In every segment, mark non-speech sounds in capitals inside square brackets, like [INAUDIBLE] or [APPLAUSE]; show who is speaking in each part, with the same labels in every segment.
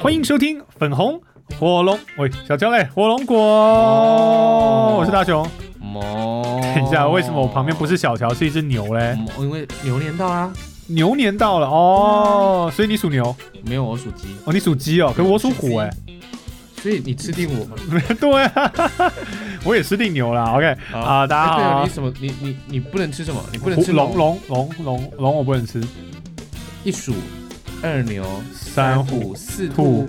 Speaker 1: 欢迎收听粉红火龙，喂，小江嘞，火龙果，我是大雄。
Speaker 2: 哦，
Speaker 1: 等一下，为什么我旁边不是小乔，是一只牛嘞？
Speaker 2: 嗯？因为牛年到啊啦，
Speaker 1: 牛年到了哦，所以你属牛
Speaker 2: 没有我属鸡，
Speaker 1: 哦，你属鸡哦，可是我属虎哎、
Speaker 2: 所以你吃定我吗？
Speaker 1: [LAUGHS] 对啊，我也吃定牛啦。OK 啊、大家
Speaker 2: 哎对
Speaker 1: 好
Speaker 2: 啊，你什么？你你你不能吃什么？你不能
Speaker 1: 虎
Speaker 2: 吃
Speaker 1: 龙
Speaker 2: 龙
Speaker 1: 龙龙龙龙，我不能吃。
Speaker 2: 一鼠、二牛、
Speaker 1: 三虎、
Speaker 2: 四
Speaker 1: 兔
Speaker 2: 兔、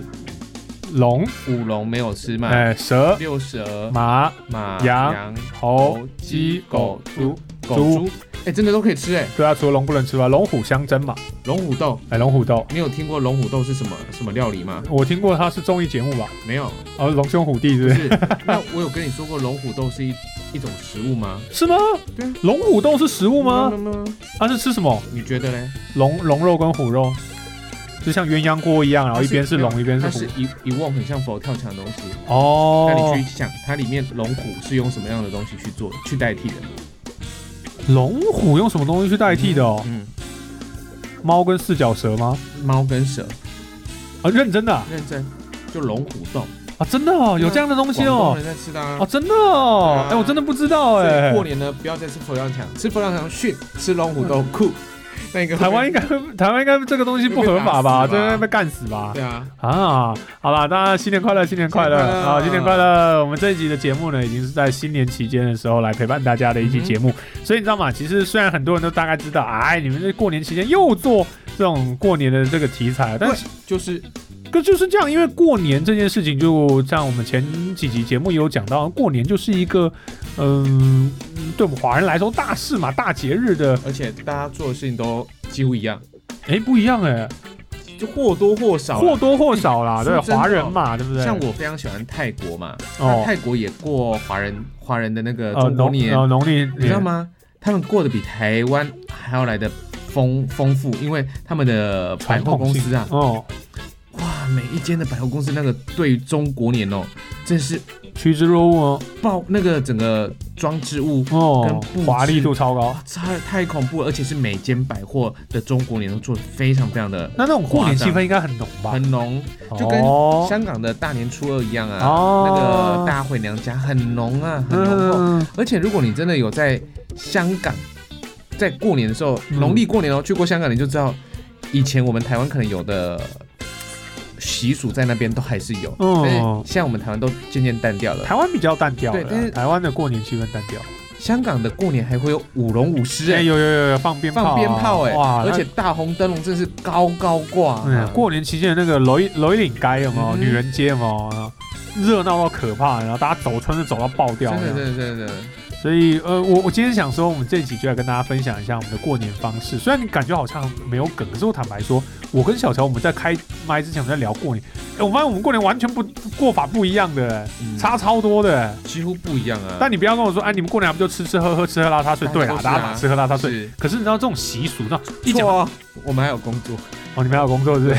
Speaker 1: 龙，
Speaker 2: 五龙没有吃嘛？
Speaker 1: 哎，蛇、
Speaker 2: 六蛇、
Speaker 1: 马、
Speaker 2: 马、
Speaker 1: 羊
Speaker 2: 羊、
Speaker 1: 猴
Speaker 2: 猴、
Speaker 1: 鸡、
Speaker 2: 鸡
Speaker 1: 狗
Speaker 2: 狗、
Speaker 1: 猪。
Speaker 2: 狗、
Speaker 1: 猪
Speaker 2: 猪，哎，真的都可以吃哎。
Speaker 1: 对啊，除了龙不能吃吧，龙虎相争嘛。
Speaker 2: 龙虎斗，
Speaker 1: 哎，龙虎斗，
Speaker 2: 你有听过龙虎斗是什么什么料理吗？
Speaker 1: 我听过它是综艺节目吧？
Speaker 2: 没有，
Speaker 1: 哦，龙兄虎弟是不
Speaker 2: 不
Speaker 1: 是？
Speaker 2: 是。那我有跟你说过龙虎斗是一一种食物吗？
Speaker 1: 是吗
Speaker 2: 对啊？
Speaker 1: 龙虎斗是食物
Speaker 2: 不
Speaker 1: 吗？
Speaker 2: 吗？
Speaker 1: 它是吃什么？
Speaker 2: 你觉得嘞？
Speaker 1: 龙龙肉跟虎肉，就像鸳鸯锅一样，然后一边是龙，一边是
Speaker 2: 它
Speaker 1: 虎
Speaker 2: 是。一一瓮很像佛跳墙的东西。那
Speaker 1: 哦
Speaker 2: 你，去想，它里面龙骨是用什么样的东西去做去代替的？
Speaker 1: 龙虎用什么东西去代替的哦？
Speaker 2: 嗯，
Speaker 1: 猫跟四脚蛇吗？
Speaker 2: 嗯猫跟蛇，
Speaker 1: 啊，认真的啊，
Speaker 2: 认真，就龙骨冻，
Speaker 1: 啊真的哦，
Speaker 2: 对啊
Speaker 1: 有这样的东西
Speaker 2: 广东
Speaker 1: 哦。
Speaker 2: 人在吃的啊
Speaker 1: 哦，。真的哦，哎，
Speaker 2: 对啊
Speaker 1: 我真的不知道
Speaker 2: 所以
Speaker 1: 哎
Speaker 2: 过。年呢，不要再吃佛跳墙，吃佛跳墙逊，吃龙虎斗酷。那个
Speaker 1: 台湾应该台湾应该这个东西不合法吧？
Speaker 2: 会被打死吧
Speaker 1: 在那被干死吧？
Speaker 2: 对啊，
Speaker 1: 啊，好啦，大家新年快乐，新年快乐
Speaker 2: 新年快乐
Speaker 1: 啊，新年快乐！我们这一集的节目呢，已经是在新年期间的时候来陪伴大家的一期节目。所以你知道吗？嗯其实虽然很多人都大概知道，哎，你们这过年期间又做这种过年的这个题材，但是
Speaker 2: 就是
Speaker 1: 可就是这样，因为过年这件事情，就像我们前几集节目也有讲到，过年就是一个，嗯、对我们华人来说大事嘛，大节日的，
Speaker 2: 而且大家做的事情都几乎一样，
Speaker 1: 哎，不一样哎、
Speaker 2: 就或多或少啦。
Speaker 1: 或多或少啦，
Speaker 2: 哎
Speaker 1: 对，
Speaker 2: 说真的
Speaker 1: 华人嘛，对不对？
Speaker 2: 像我非常喜欢泰国嘛，那
Speaker 1: 哦，
Speaker 2: 泰国也过华人华人的那个
Speaker 1: 呃
Speaker 2: 中国
Speaker 1: 农
Speaker 2: 年，
Speaker 1: 呃农历，
Speaker 2: 你知道？吗？他们过得比台湾还要来的丰丰富，因为他们的百
Speaker 1: 传
Speaker 2: 货
Speaker 1: 统
Speaker 2: 公
Speaker 1: 性
Speaker 2: 司啊，
Speaker 1: 哦，
Speaker 2: 哇，每一间的百货公司那个对于中国年哦，真是
Speaker 1: 趋之若鹜哦，
Speaker 2: 爆那个整个装置物
Speaker 1: 哦
Speaker 2: 跟布，置
Speaker 1: 华丽度超高。
Speaker 2: 哇，太太恐怖了，而且是每间百货的中国年都做的非常非常的
Speaker 1: 那那种过年气氛应该很浓吧？
Speaker 2: 很浓，就跟
Speaker 1: 哦
Speaker 2: 香港的大年初二一样啊，
Speaker 1: 哦
Speaker 2: 那个大回娘家很浓啊，很浓厚。
Speaker 1: 嗯，
Speaker 2: 而且如果你真的有在香港，在过年的时候，
Speaker 1: 嗯
Speaker 2: 农历过年哦，去过香港你就知道，以前我们台湾可能有的习俗在那边都还是有，
Speaker 1: 嗯
Speaker 2: 但是像我们台湾都渐渐淡掉了。
Speaker 1: 台湾比较淡掉了
Speaker 2: 对但
Speaker 1: 啦，
Speaker 2: 是
Speaker 1: 台湾的过年气氛淡掉。
Speaker 2: 香港的过年还会有舞龙舞狮
Speaker 1: 哎，
Speaker 2: 哎，
Speaker 1: 有有有有放鞭炮啊，
Speaker 2: 放鞭炮哎、
Speaker 1: 哇，
Speaker 2: 而且
Speaker 1: 那。
Speaker 2: 大红灯笼真是高高挂、啊
Speaker 1: 嗯，过年期间的那个楼一楼一岭街有没有？
Speaker 2: 嗯
Speaker 1: 女人街有没有？然后热闹到可怕，然后大家走村子走到爆掉
Speaker 2: 真
Speaker 1: 那样。
Speaker 2: 的真的真的真的，
Speaker 1: 所以呃，我我今天想说，我们这一集就来跟大家分享一下我们的过年方式。虽然你感觉好像没有梗，可是我坦白说，我跟小乔我们在开麦之前我们在聊过年，哎，我发现我们过年完全不过法不一样的，
Speaker 2: 嗯
Speaker 1: 差超多的。
Speaker 2: 几乎不一样啊。
Speaker 1: 但你不要跟我说，哎，你们过年还不就吃吃喝喝吃喝拉撒睡？对啦，大
Speaker 2: 大家都是啊
Speaker 1: 家嘛吃喝拉撒睡。
Speaker 2: 是
Speaker 1: 可是你知道这种习俗，那一讲哦
Speaker 2: 错啊，我们还有工作。
Speaker 1: 哦，你们还有工作是不
Speaker 2: [LAUGHS]
Speaker 1: 是？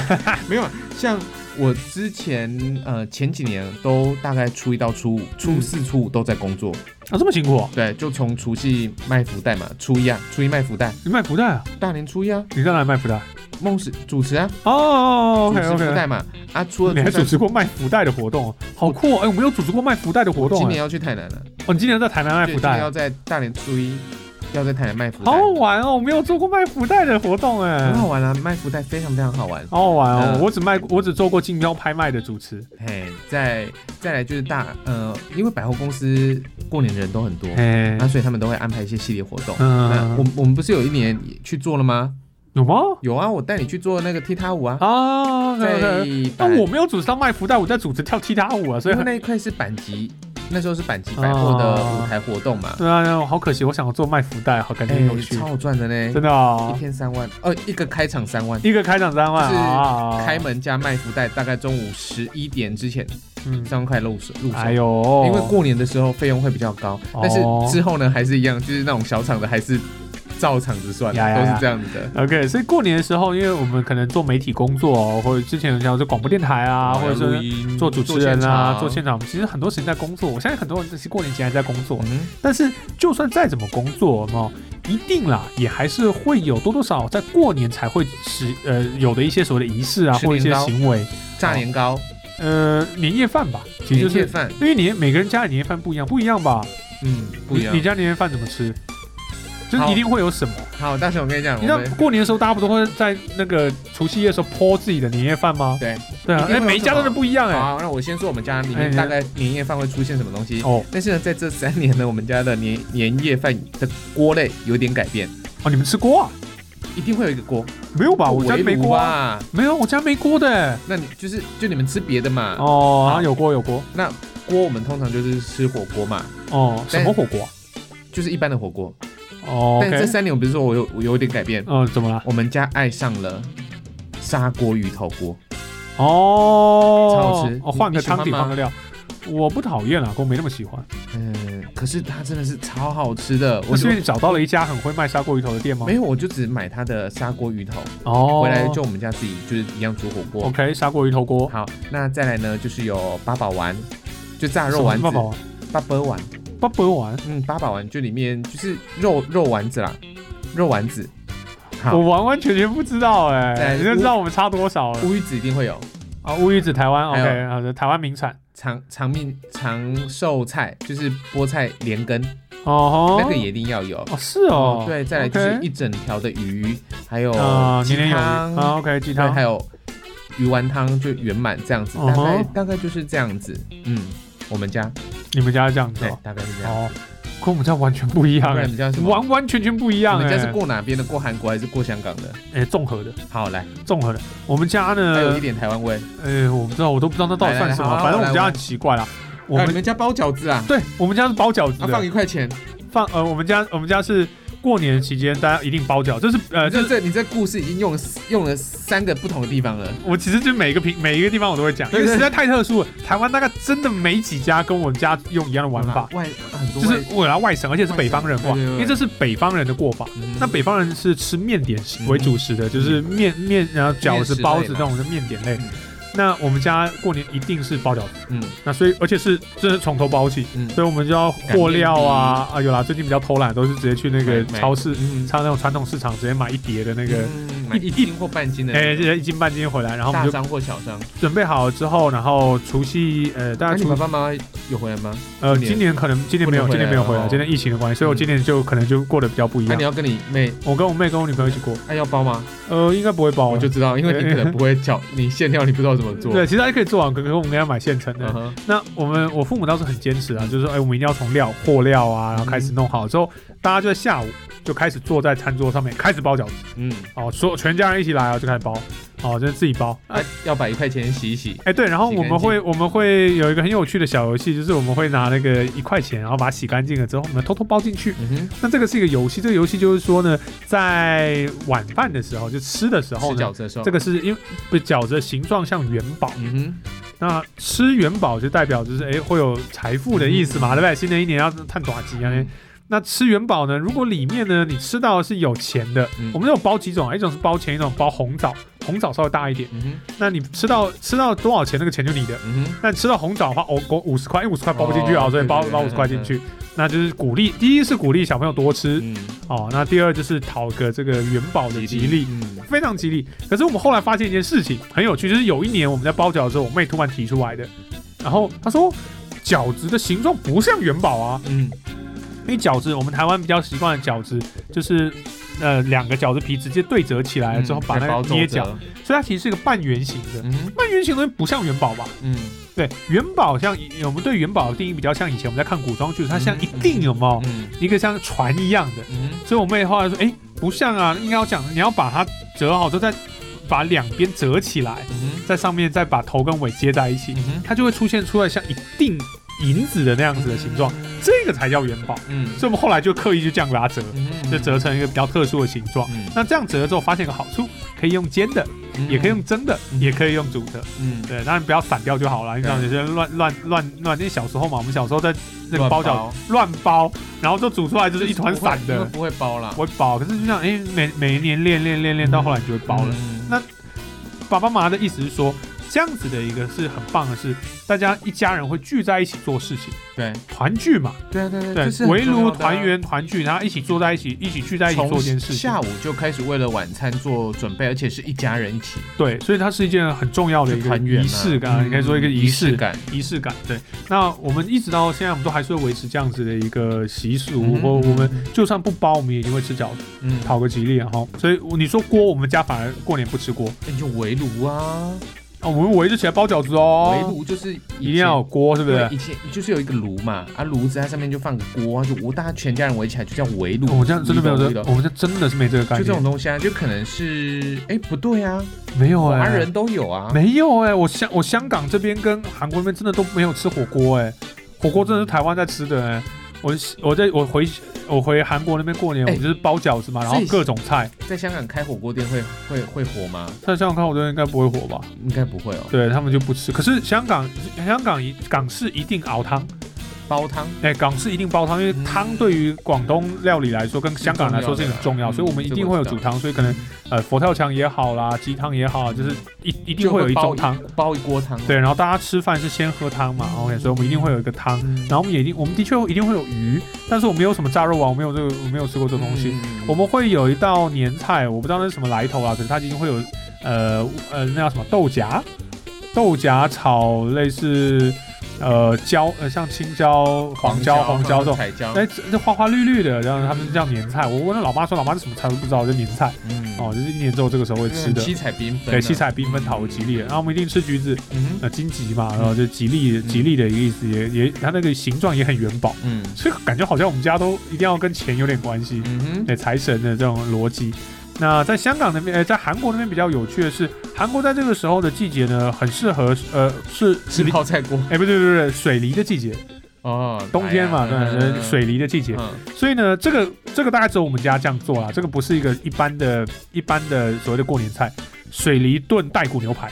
Speaker 2: 没有，像我之前呃前几年都大概初一到初五、初四、初五都在工作，
Speaker 1: 啊，这么辛苦、哦？
Speaker 2: 对，就从除夕卖福袋嘛，初一啊，初一卖福袋，
Speaker 1: 你卖福袋啊？
Speaker 2: 大年初一啊，
Speaker 1: 你在哪里卖福袋？
Speaker 2: 梦是主持啊，
Speaker 1: 哦哦哦，OK
Speaker 2: 主持福
Speaker 1: OK。
Speaker 2: 袋嘛，啊，初二
Speaker 1: 你还主
Speaker 2: 初三，
Speaker 1: 持过卖福袋的活动哦，好酷哦！哎，我没有主持过卖福袋的活动
Speaker 2: 今
Speaker 1: 哎
Speaker 2: 年。要去台南了，
Speaker 1: 哦，你今年在台南卖
Speaker 2: 对
Speaker 1: 福
Speaker 2: 今年
Speaker 1: 袋啊
Speaker 2: 要？在大年初一要在台南卖福袋
Speaker 1: 好，好玩哦！我没有做过卖福袋的活动哎
Speaker 2: 很，好玩啊，卖福袋非常非常好玩。
Speaker 1: 好好玩哦！
Speaker 2: 嗯
Speaker 1: 我只卖，我只做过竞标拍卖的主持。
Speaker 2: 嘿，再再来就是大呃，因为百货公司过年人都很多，啊
Speaker 1: 哎
Speaker 2: 那、，所以他们都会安排一些系列活动。那我
Speaker 1: 嗯，
Speaker 2: 们我们不是有一年去做了吗？
Speaker 1: 有吗？
Speaker 2: 有啊，我带你去做那个踢踏舞啊，
Speaker 1: 啊，
Speaker 2: 在
Speaker 1: 但
Speaker 2: 板
Speaker 1: 我没有主持到卖福袋，我在主持跳踢踏舞啊，所以很
Speaker 2: 因为
Speaker 1: 哦
Speaker 2: 那一块是板级，那时候是板级百货的舞台活动嘛，
Speaker 1: 对啊，对啊好可惜，我想做卖福袋，好感觉
Speaker 2: 哎、
Speaker 1: 很有趣
Speaker 2: 超，好赚的呢
Speaker 1: 真，的
Speaker 2: 一
Speaker 1: 哦，
Speaker 2: 天三万，呃，一个开场三万。
Speaker 1: 一个开场三万
Speaker 2: 就是
Speaker 1: 啊，
Speaker 2: 开门加卖福袋，大概中午十一点之前，
Speaker 1: 嗯，
Speaker 2: 三万块入手入手。
Speaker 1: 哎呦，
Speaker 2: 因为过年的时候费用会比较高，但是
Speaker 1: 哦
Speaker 2: 之后呢还是一样，就是那种小厂的还是照厂子算，
Speaker 1: 呀呀
Speaker 2: 都
Speaker 1: 呀
Speaker 2: 是这样子的。
Speaker 1: OK，所以过年的时候，因为我们可能做媒体工作哦，或者之前像是广播电台啊，或者
Speaker 2: 哦录
Speaker 1: 是
Speaker 2: 音
Speaker 1: 做主持人啊，做
Speaker 2: 做
Speaker 1: 现场，其实很多时间在工作。我相信很多人这些过年前还在工作，
Speaker 2: 场嗯
Speaker 1: 但是就算再怎么工作哦，一定啦，也还是会有多多少少在过年才会使呃有的一些所谓的仪式啊，
Speaker 2: 吃
Speaker 1: 或一些
Speaker 2: 年糕
Speaker 1: 行为。
Speaker 2: 炸年糕、
Speaker 1: 呃，年夜饭吧，其实就
Speaker 2: 年夜
Speaker 1: 是
Speaker 2: 饭，
Speaker 1: 因为年每个人家的年夜饭不一样，不一样吧？
Speaker 2: 嗯，不一样
Speaker 1: 你你。家年夜饭怎么吃？就是
Speaker 2: 好
Speaker 1: 一定会有什么？
Speaker 2: 好，大雄，我跟你讲，
Speaker 1: 你知
Speaker 2: 我
Speaker 1: 道
Speaker 2: 们
Speaker 1: 过年的时候，大家不都会在那个除夕夜的时候泼自己的年夜饭吗？
Speaker 2: 对，
Speaker 1: 对啊
Speaker 2: 一，定会
Speaker 1: 哎，
Speaker 2: 有啊
Speaker 1: 每一家真的不一样哎。
Speaker 2: 好，那我先说我们家里
Speaker 1: 哎
Speaker 2: 面
Speaker 1: 你
Speaker 2: 大概年夜饭会出现什么东西。
Speaker 1: 哦
Speaker 2: 但是呢，在这三年呢，我们家的年年夜饭的锅类有点改变，
Speaker 1: 哦，你们吃锅啊？
Speaker 2: 一定会有一个锅。
Speaker 1: 没有吧？我家没锅啊，
Speaker 2: 啊。
Speaker 1: 没有，我家没锅的哎。
Speaker 2: 那你就是就你们吃别的嘛？
Speaker 1: 哦，
Speaker 2: 好
Speaker 1: 啊有锅有锅。
Speaker 2: 锅我们通常就是吃火锅嘛，
Speaker 1: 哦，
Speaker 2: 但
Speaker 1: 什么火锅啊？
Speaker 2: 就是一般的火锅。
Speaker 1: 哦
Speaker 2: 但这
Speaker 1: ，OK，
Speaker 2: 三年我不是说我有我有点改变，
Speaker 1: 嗯，怎么了？
Speaker 2: 我们家爱上了砂锅鱼头锅。
Speaker 1: 哦，
Speaker 2: 超好吃
Speaker 1: 哦，换
Speaker 2: 你
Speaker 1: 个
Speaker 2: 你喜欢
Speaker 1: 汤底，
Speaker 2: 吗
Speaker 1: 换个料。我不讨厌啦，我没那么喜欢。
Speaker 2: 嗯，可是它真的是超好吃的，
Speaker 1: 我
Speaker 2: 我
Speaker 1: 是
Speaker 2: 就
Speaker 1: 因为你找到了一家很会卖砂锅鱼头的店吗
Speaker 2: 没？有，我就只买它的砂锅鱼头，
Speaker 1: 哦，
Speaker 2: 回来就我们家自己就是一样煮火锅。
Speaker 1: OK，砂锅鱼头锅，
Speaker 2: 好，那再来呢，就是有八宝丸，就炸肉
Speaker 1: 什
Speaker 2: 丸
Speaker 1: 么
Speaker 2: 子，
Speaker 1: 八宝丸，
Speaker 2: 八宝丸，
Speaker 1: 八宝丸，
Speaker 2: 嗯，八宝丸就里面就是肉肉丸子啦，肉丸子。好
Speaker 1: 我，完完全全不知道哎，
Speaker 2: 对
Speaker 1: 你就知道我们差多少了
Speaker 2: 乌鱼子一定会有，
Speaker 1: 啊！乌鱼子台湾
Speaker 2: 还有
Speaker 1: ，OK，好的，台湾名产
Speaker 2: 长长命长寿菜就是菠菜连根，
Speaker 1: 哦吼，
Speaker 2: 那个也一定要有。
Speaker 1: 哦是哦，
Speaker 2: 对，再来就
Speaker 1: OK
Speaker 2: 是一整条的鱼，还有
Speaker 1: 啊，年
Speaker 2: 鸡
Speaker 1: 年有余
Speaker 2: 汤，
Speaker 1: 啊，OK，鸡
Speaker 2: 对，
Speaker 1: 汤
Speaker 2: 还，有鱼丸汤就圆满这样子，
Speaker 1: 嗯
Speaker 2: 大
Speaker 1: 哼
Speaker 2: 概大概就是这样子。嗯，我们家
Speaker 1: 你们家这样子
Speaker 2: 对
Speaker 1: 哦，，
Speaker 2: 大概是这样。
Speaker 1: 哦，跟我们家完全不一样
Speaker 2: 不
Speaker 1: 哎
Speaker 2: 然你，们家是什么？
Speaker 1: 完完全全不一样
Speaker 2: 你们家是
Speaker 1: 哎，
Speaker 2: 过哪边的？过韩国还是过香港的？
Speaker 1: 哎，综合的，
Speaker 2: 好，来，
Speaker 1: 综合的，我们家
Speaker 2: 还有一
Speaker 1: 呢，
Speaker 2: 点台湾味。
Speaker 1: 哎，我不知道，我都不知道那到底
Speaker 2: 来来
Speaker 1: 算
Speaker 2: 来
Speaker 1: 什么，
Speaker 2: 好
Speaker 1: 反正我们
Speaker 2: 来
Speaker 1: 家
Speaker 2: 我
Speaker 1: 很奇怪啦，我
Speaker 2: 啊，你
Speaker 1: 们
Speaker 2: 们家包饺子啊？
Speaker 1: 对我们家是包饺子
Speaker 2: 啊，
Speaker 1: 的，
Speaker 2: 放一块钱。
Speaker 1: 放呃，我们家我们家是过年期间大家一定包饺，这是呃，这
Speaker 2: 你这
Speaker 1: 是
Speaker 2: 这你这故事已经用了用了三个不同的地方了。
Speaker 1: 我其实就每一个平每一个地方我都会讲，因
Speaker 2: 对
Speaker 1: 为
Speaker 2: 对
Speaker 1: 实在太特殊了。台湾大概真的没几家跟我们家用一样的玩法，
Speaker 2: 外很多
Speaker 1: 就
Speaker 2: 外
Speaker 1: 是我要外省，而且是北方人过，
Speaker 2: 嗯外省对对对
Speaker 1: 因为这是北方人的过法。
Speaker 2: 嗯
Speaker 1: 那北方人是吃面点为主食的，就是面面然后饺子、
Speaker 2: 面食类
Speaker 1: 包子
Speaker 2: 嘛
Speaker 1: 这种的面点类
Speaker 2: 嗯。
Speaker 1: 那我们家过年一定是包饺子，
Speaker 2: 嗯
Speaker 1: 那所以而且是真的从头包起，
Speaker 2: 嗯
Speaker 1: 所以我们就要和料啊啊有啦，最近比较偷懒，都是直接去那个
Speaker 2: 买买
Speaker 1: 超市
Speaker 2: 嗯，
Speaker 1: 像那种传统市场直接买一碟的那个，
Speaker 2: 嗯买一斤或半斤的，
Speaker 1: 哎、这一斤半斤回来，然后我
Speaker 2: 嗯大
Speaker 1: 们就
Speaker 2: 张或小张。
Speaker 1: 准备好之后，然后除夕呃，大
Speaker 2: 那
Speaker 1: 家
Speaker 2: 你
Speaker 1: 除
Speaker 2: 爸爸妈妈有回来吗？
Speaker 1: 呃，
Speaker 2: 今年
Speaker 1: 今年可能今年没有，
Speaker 2: 不能回来
Speaker 1: 今年没有回来，
Speaker 2: 哦
Speaker 1: 今年疫情的关系，所以我今年就可能就过得比较不一
Speaker 2: 那
Speaker 1: 样
Speaker 2: 啊你。要跟你妹，
Speaker 1: 我跟我妹跟我女朋友一起过，
Speaker 2: 那要包吗？
Speaker 1: 呃，应该不会包啊，
Speaker 2: 我就知道，因为你可能不会搅，你馅料你不知道怎么做。
Speaker 1: 对，其实还可以做啊，可可是我们给她买现成
Speaker 2: 嗯
Speaker 1: 的。
Speaker 2: 哼，
Speaker 1: 那我们我父母倒是很坚持啊，就是说，哎，我们一定要从料和料啊，然后开
Speaker 2: 嗯
Speaker 1: 始弄好之后，大家就在下午就开始坐在餐桌上面开始包饺子
Speaker 2: 嗯，
Speaker 1: 哦，所有全家人一起来啊，就开始包哦，就是自己包。
Speaker 2: 那啊要把一块钱洗一洗。
Speaker 1: 哎，对，然后
Speaker 2: 哎洗
Speaker 1: 我
Speaker 2: 干
Speaker 1: 们
Speaker 2: 净
Speaker 1: 会我们会有一个很有趣的小游戏，就是我们会拿那个一块钱，然后把它洗干净了之后，我们偷偷包进去。
Speaker 2: 嗯哼，
Speaker 1: 那这个是一个游戏，这个游戏就是说呢，在晚饭的时候，就吃的时
Speaker 2: 吃
Speaker 1: 候呢
Speaker 2: 饺，子的时候，
Speaker 1: 这个是因为不是饺子的形状像元宝，
Speaker 2: 嗯
Speaker 1: 那吃元宝就代表就是哎会有财富的意思
Speaker 2: 嗯
Speaker 1: 嘛，对不对？新的一年要探短期啊。
Speaker 2: 哼，
Speaker 1: 那吃元宝呢？如果里面呢，你吃到的是有钱的，
Speaker 2: 嗯
Speaker 1: 我们有包几种啊，一种是包钱，一种包红枣，红枣稍微大一点。
Speaker 2: 嗯哼，
Speaker 1: 那你吃到吃到多少钱，那个钱就你的。
Speaker 2: 嗯哼，
Speaker 1: 但吃到红枣的话，哦，我五十块，因为五十块包不进去啊，
Speaker 2: 哦
Speaker 1: 所以包
Speaker 2: 对对对
Speaker 1: 包五十块进去，那就是鼓励。第一是鼓励小朋友多吃
Speaker 2: 嗯，
Speaker 1: 哦，那第二就是讨个这个元宝的吉利，
Speaker 2: 嗯，
Speaker 1: 非常吉利。可是我们后来发现一件事情很有趣，就是有一年我们在包饺子的时候，我妹突然提出来的，然后她说饺子的形状不像元宝啊，
Speaker 2: 嗯，
Speaker 1: 因为饺子我们台湾比较习惯的饺子就是。呃，两个饺子皮直接对折起来了之后，把那
Speaker 2: 嗯包
Speaker 1: 个捏角，，所以它其实是一个半圆形的。
Speaker 2: 嗯哼，
Speaker 1: 半圆形的东西不像元宝吧？
Speaker 2: 嗯，
Speaker 1: 对，元宝像以我们对元宝的定义比较像以前我们在看古装剧，它像一定有没有、
Speaker 2: 嗯，
Speaker 1: 一个像船一样的，
Speaker 2: 嗯，
Speaker 1: 所以我妹后来说，哎，不像啊，应该要讲你要把它折好之后，再把两边折起来，
Speaker 2: 嗯，
Speaker 1: 在上面再把头跟尾接在一起，
Speaker 2: 嗯，
Speaker 1: 它就会出现出来像一锭银子的那样子的形状，，这个才叫元宝。
Speaker 2: 嗯，
Speaker 1: 所以我们后来就刻意就这样给它折，
Speaker 2: 嗯，
Speaker 1: 就折成一个比较特殊的形状。
Speaker 2: 嗯，
Speaker 1: 那这样折了之后，发现有个好处，可以用煎的，
Speaker 2: 嗯
Speaker 1: 也可以，用蒸的，
Speaker 2: 嗯
Speaker 1: 也可以用煮的。
Speaker 2: 嗯，
Speaker 1: 对，当然不要散掉就好了。你知道有些人乱乱乱乱，因为小时候嘛，我们小时候在那个包饺子乱包，然后就煮出来就是一团散的，
Speaker 2: 不会包啦，
Speaker 1: 我会包。可是就像哎、每每一年练练练练到后来你就会包了。
Speaker 2: 嗯
Speaker 1: 爸爸妈妈的意思是说，这样子的一个是很棒的是，大家一家人会聚在一起做事情，
Speaker 2: 对
Speaker 1: 团聚嘛，
Speaker 2: 对啊对啊对啊，
Speaker 1: 对
Speaker 2: 这是，很
Speaker 1: 围
Speaker 2: 重
Speaker 1: 炉
Speaker 2: 要的啊
Speaker 1: 团。圆团聚，然后一起坐在一起，一起聚在一起做一件事情
Speaker 2: 从下。午就开始为了晚餐做准备，而且是一家人一起
Speaker 1: 对，所以它是一件很重要的一个
Speaker 2: 团圆啊
Speaker 1: 仪式感，
Speaker 2: 嗯
Speaker 1: 应该说一个仪式
Speaker 2: 感。
Speaker 1: 仪式感。对，那我们一直到现在，我们都还是会维持这样子的一个习俗。
Speaker 2: 嗯
Speaker 1: 我我们就算不包，我们也一定会吃饺子，
Speaker 2: 嗯，
Speaker 1: 讨个吉利啊哈。所以你说锅，我们家反而过年不吃锅，
Speaker 2: 那你就围炉啊，
Speaker 1: 啊，我们围着起来包饺子哦。
Speaker 2: 围炉就是
Speaker 1: 一定要有锅，是
Speaker 2: 以
Speaker 1: 不
Speaker 2: 前。
Speaker 1: 是
Speaker 2: 对，？以前就是有一个炉嘛，啊，炉子它上面就放个锅啊，就我大家全家人围起来就叫围炉。
Speaker 1: 我哦们这样真的没有
Speaker 2: 你
Speaker 1: 这，
Speaker 2: 懂
Speaker 1: 我们这真的是没这个概
Speaker 2: 就这种
Speaker 1: 念，
Speaker 2: 东西啊，就可能是哎、不对啊，
Speaker 1: 没有哎、
Speaker 2: 华人都有啊，
Speaker 1: 没有哎、我香我香港这边跟韩国那边真的都没有吃火锅哎、火锅真的是台湾在吃的哎、我我在我回我回韩国那边过年，
Speaker 2: 哎
Speaker 1: 我就是包饺子嘛，然后
Speaker 2: 所以
Speaker 1: 各种菜。
Speaker 2: 在香港开火锅店会会会火吗？
Speaker 1: 在香港看我这边应该不会火吧？
Speaker 2: 应该不会哦，
Speaker 1: 对他们就不吃。可是香港香港一港式一定熬汤，
Speaker 2: 煲汤。
Speaker 1: 哎、港式一定煲汤，因为
Speaker 2: 嗯
Speaker 1: 汤对于广东料理来说跟香港来说是很重要，
Speaker 2: 嗯
Speaker 1: 所以我们一定会有煮汤，所以可能呃佛跳墙也好啦，鸡汤也好，就是一一定会有一种汤。
Speaker 2: 就会煲一，煲一锅汤。
Speaker 1: 对，然后大家吃饭是先喝汤嘛，OK，所以我们一定会有一个汤，
Speaker 2: 嗯，
Speaker 1: 然后我们也一定，我们的确一定会有鱼，但是我没有什么炸肉啊丸，我没有这个，我没有吃过这个东西。
Speaker 2: 嗯
Speaker 1: 我们会有一道年菜，我不知道那是什么来头啊，可是它一定会有，呃呃，那叫什么豆荚，豆荚炒类似呃椒，呃像青椒、黄椒、红椒这种，
Speaker 2: 彩椒，
Speaker 1: 哎，这这花花绿绿的，然后他们叫年菜。我问了老妈说，老妈是什么菜，我都不知道，就年菜
Speaker 2: 嗯
Speaker 1: 哦，，就是一年之后这个时候会吃的。
Speaker 2: 七彩缤纷，啊
Speaker 1: 对，七，彩缤纷，讨个吉利的。然后啊我们一定吃橘子，
Speaker 2: 嗯哼
Speaker 1: 呃，荆棘嘛，然后就吉利，吉利的一个意思，也也，它那个形状也很元宝，
Speaker 2: 嗯
Speaker 1: 所以感觉好像我们家都一定要跟钱有点关系。
Speaker 2: 嗯哼，
Speaker 1: 对财神的这种逻辑。那在香港那边，呃，在韩国那边比较有趣的是，韩国在这个时候的季节呢，很适合，呃，是
Speaker 2: 吃泡菜锅
Speaker 1: 哎，不对不对不对，水梨的季节，
Speaker 2: 哦，
Speaker 1: 冬天嘛，对、
Speaker 2: 来啊
Speaker 1: 呃水梨的季节，
Speaker 2: 嗯
Speaker 1: 所以呢，这个这个大概只有我们家这样做啦，这个不是一个一般的、一般的所谓的过年菜，水梨炖带骨牛排，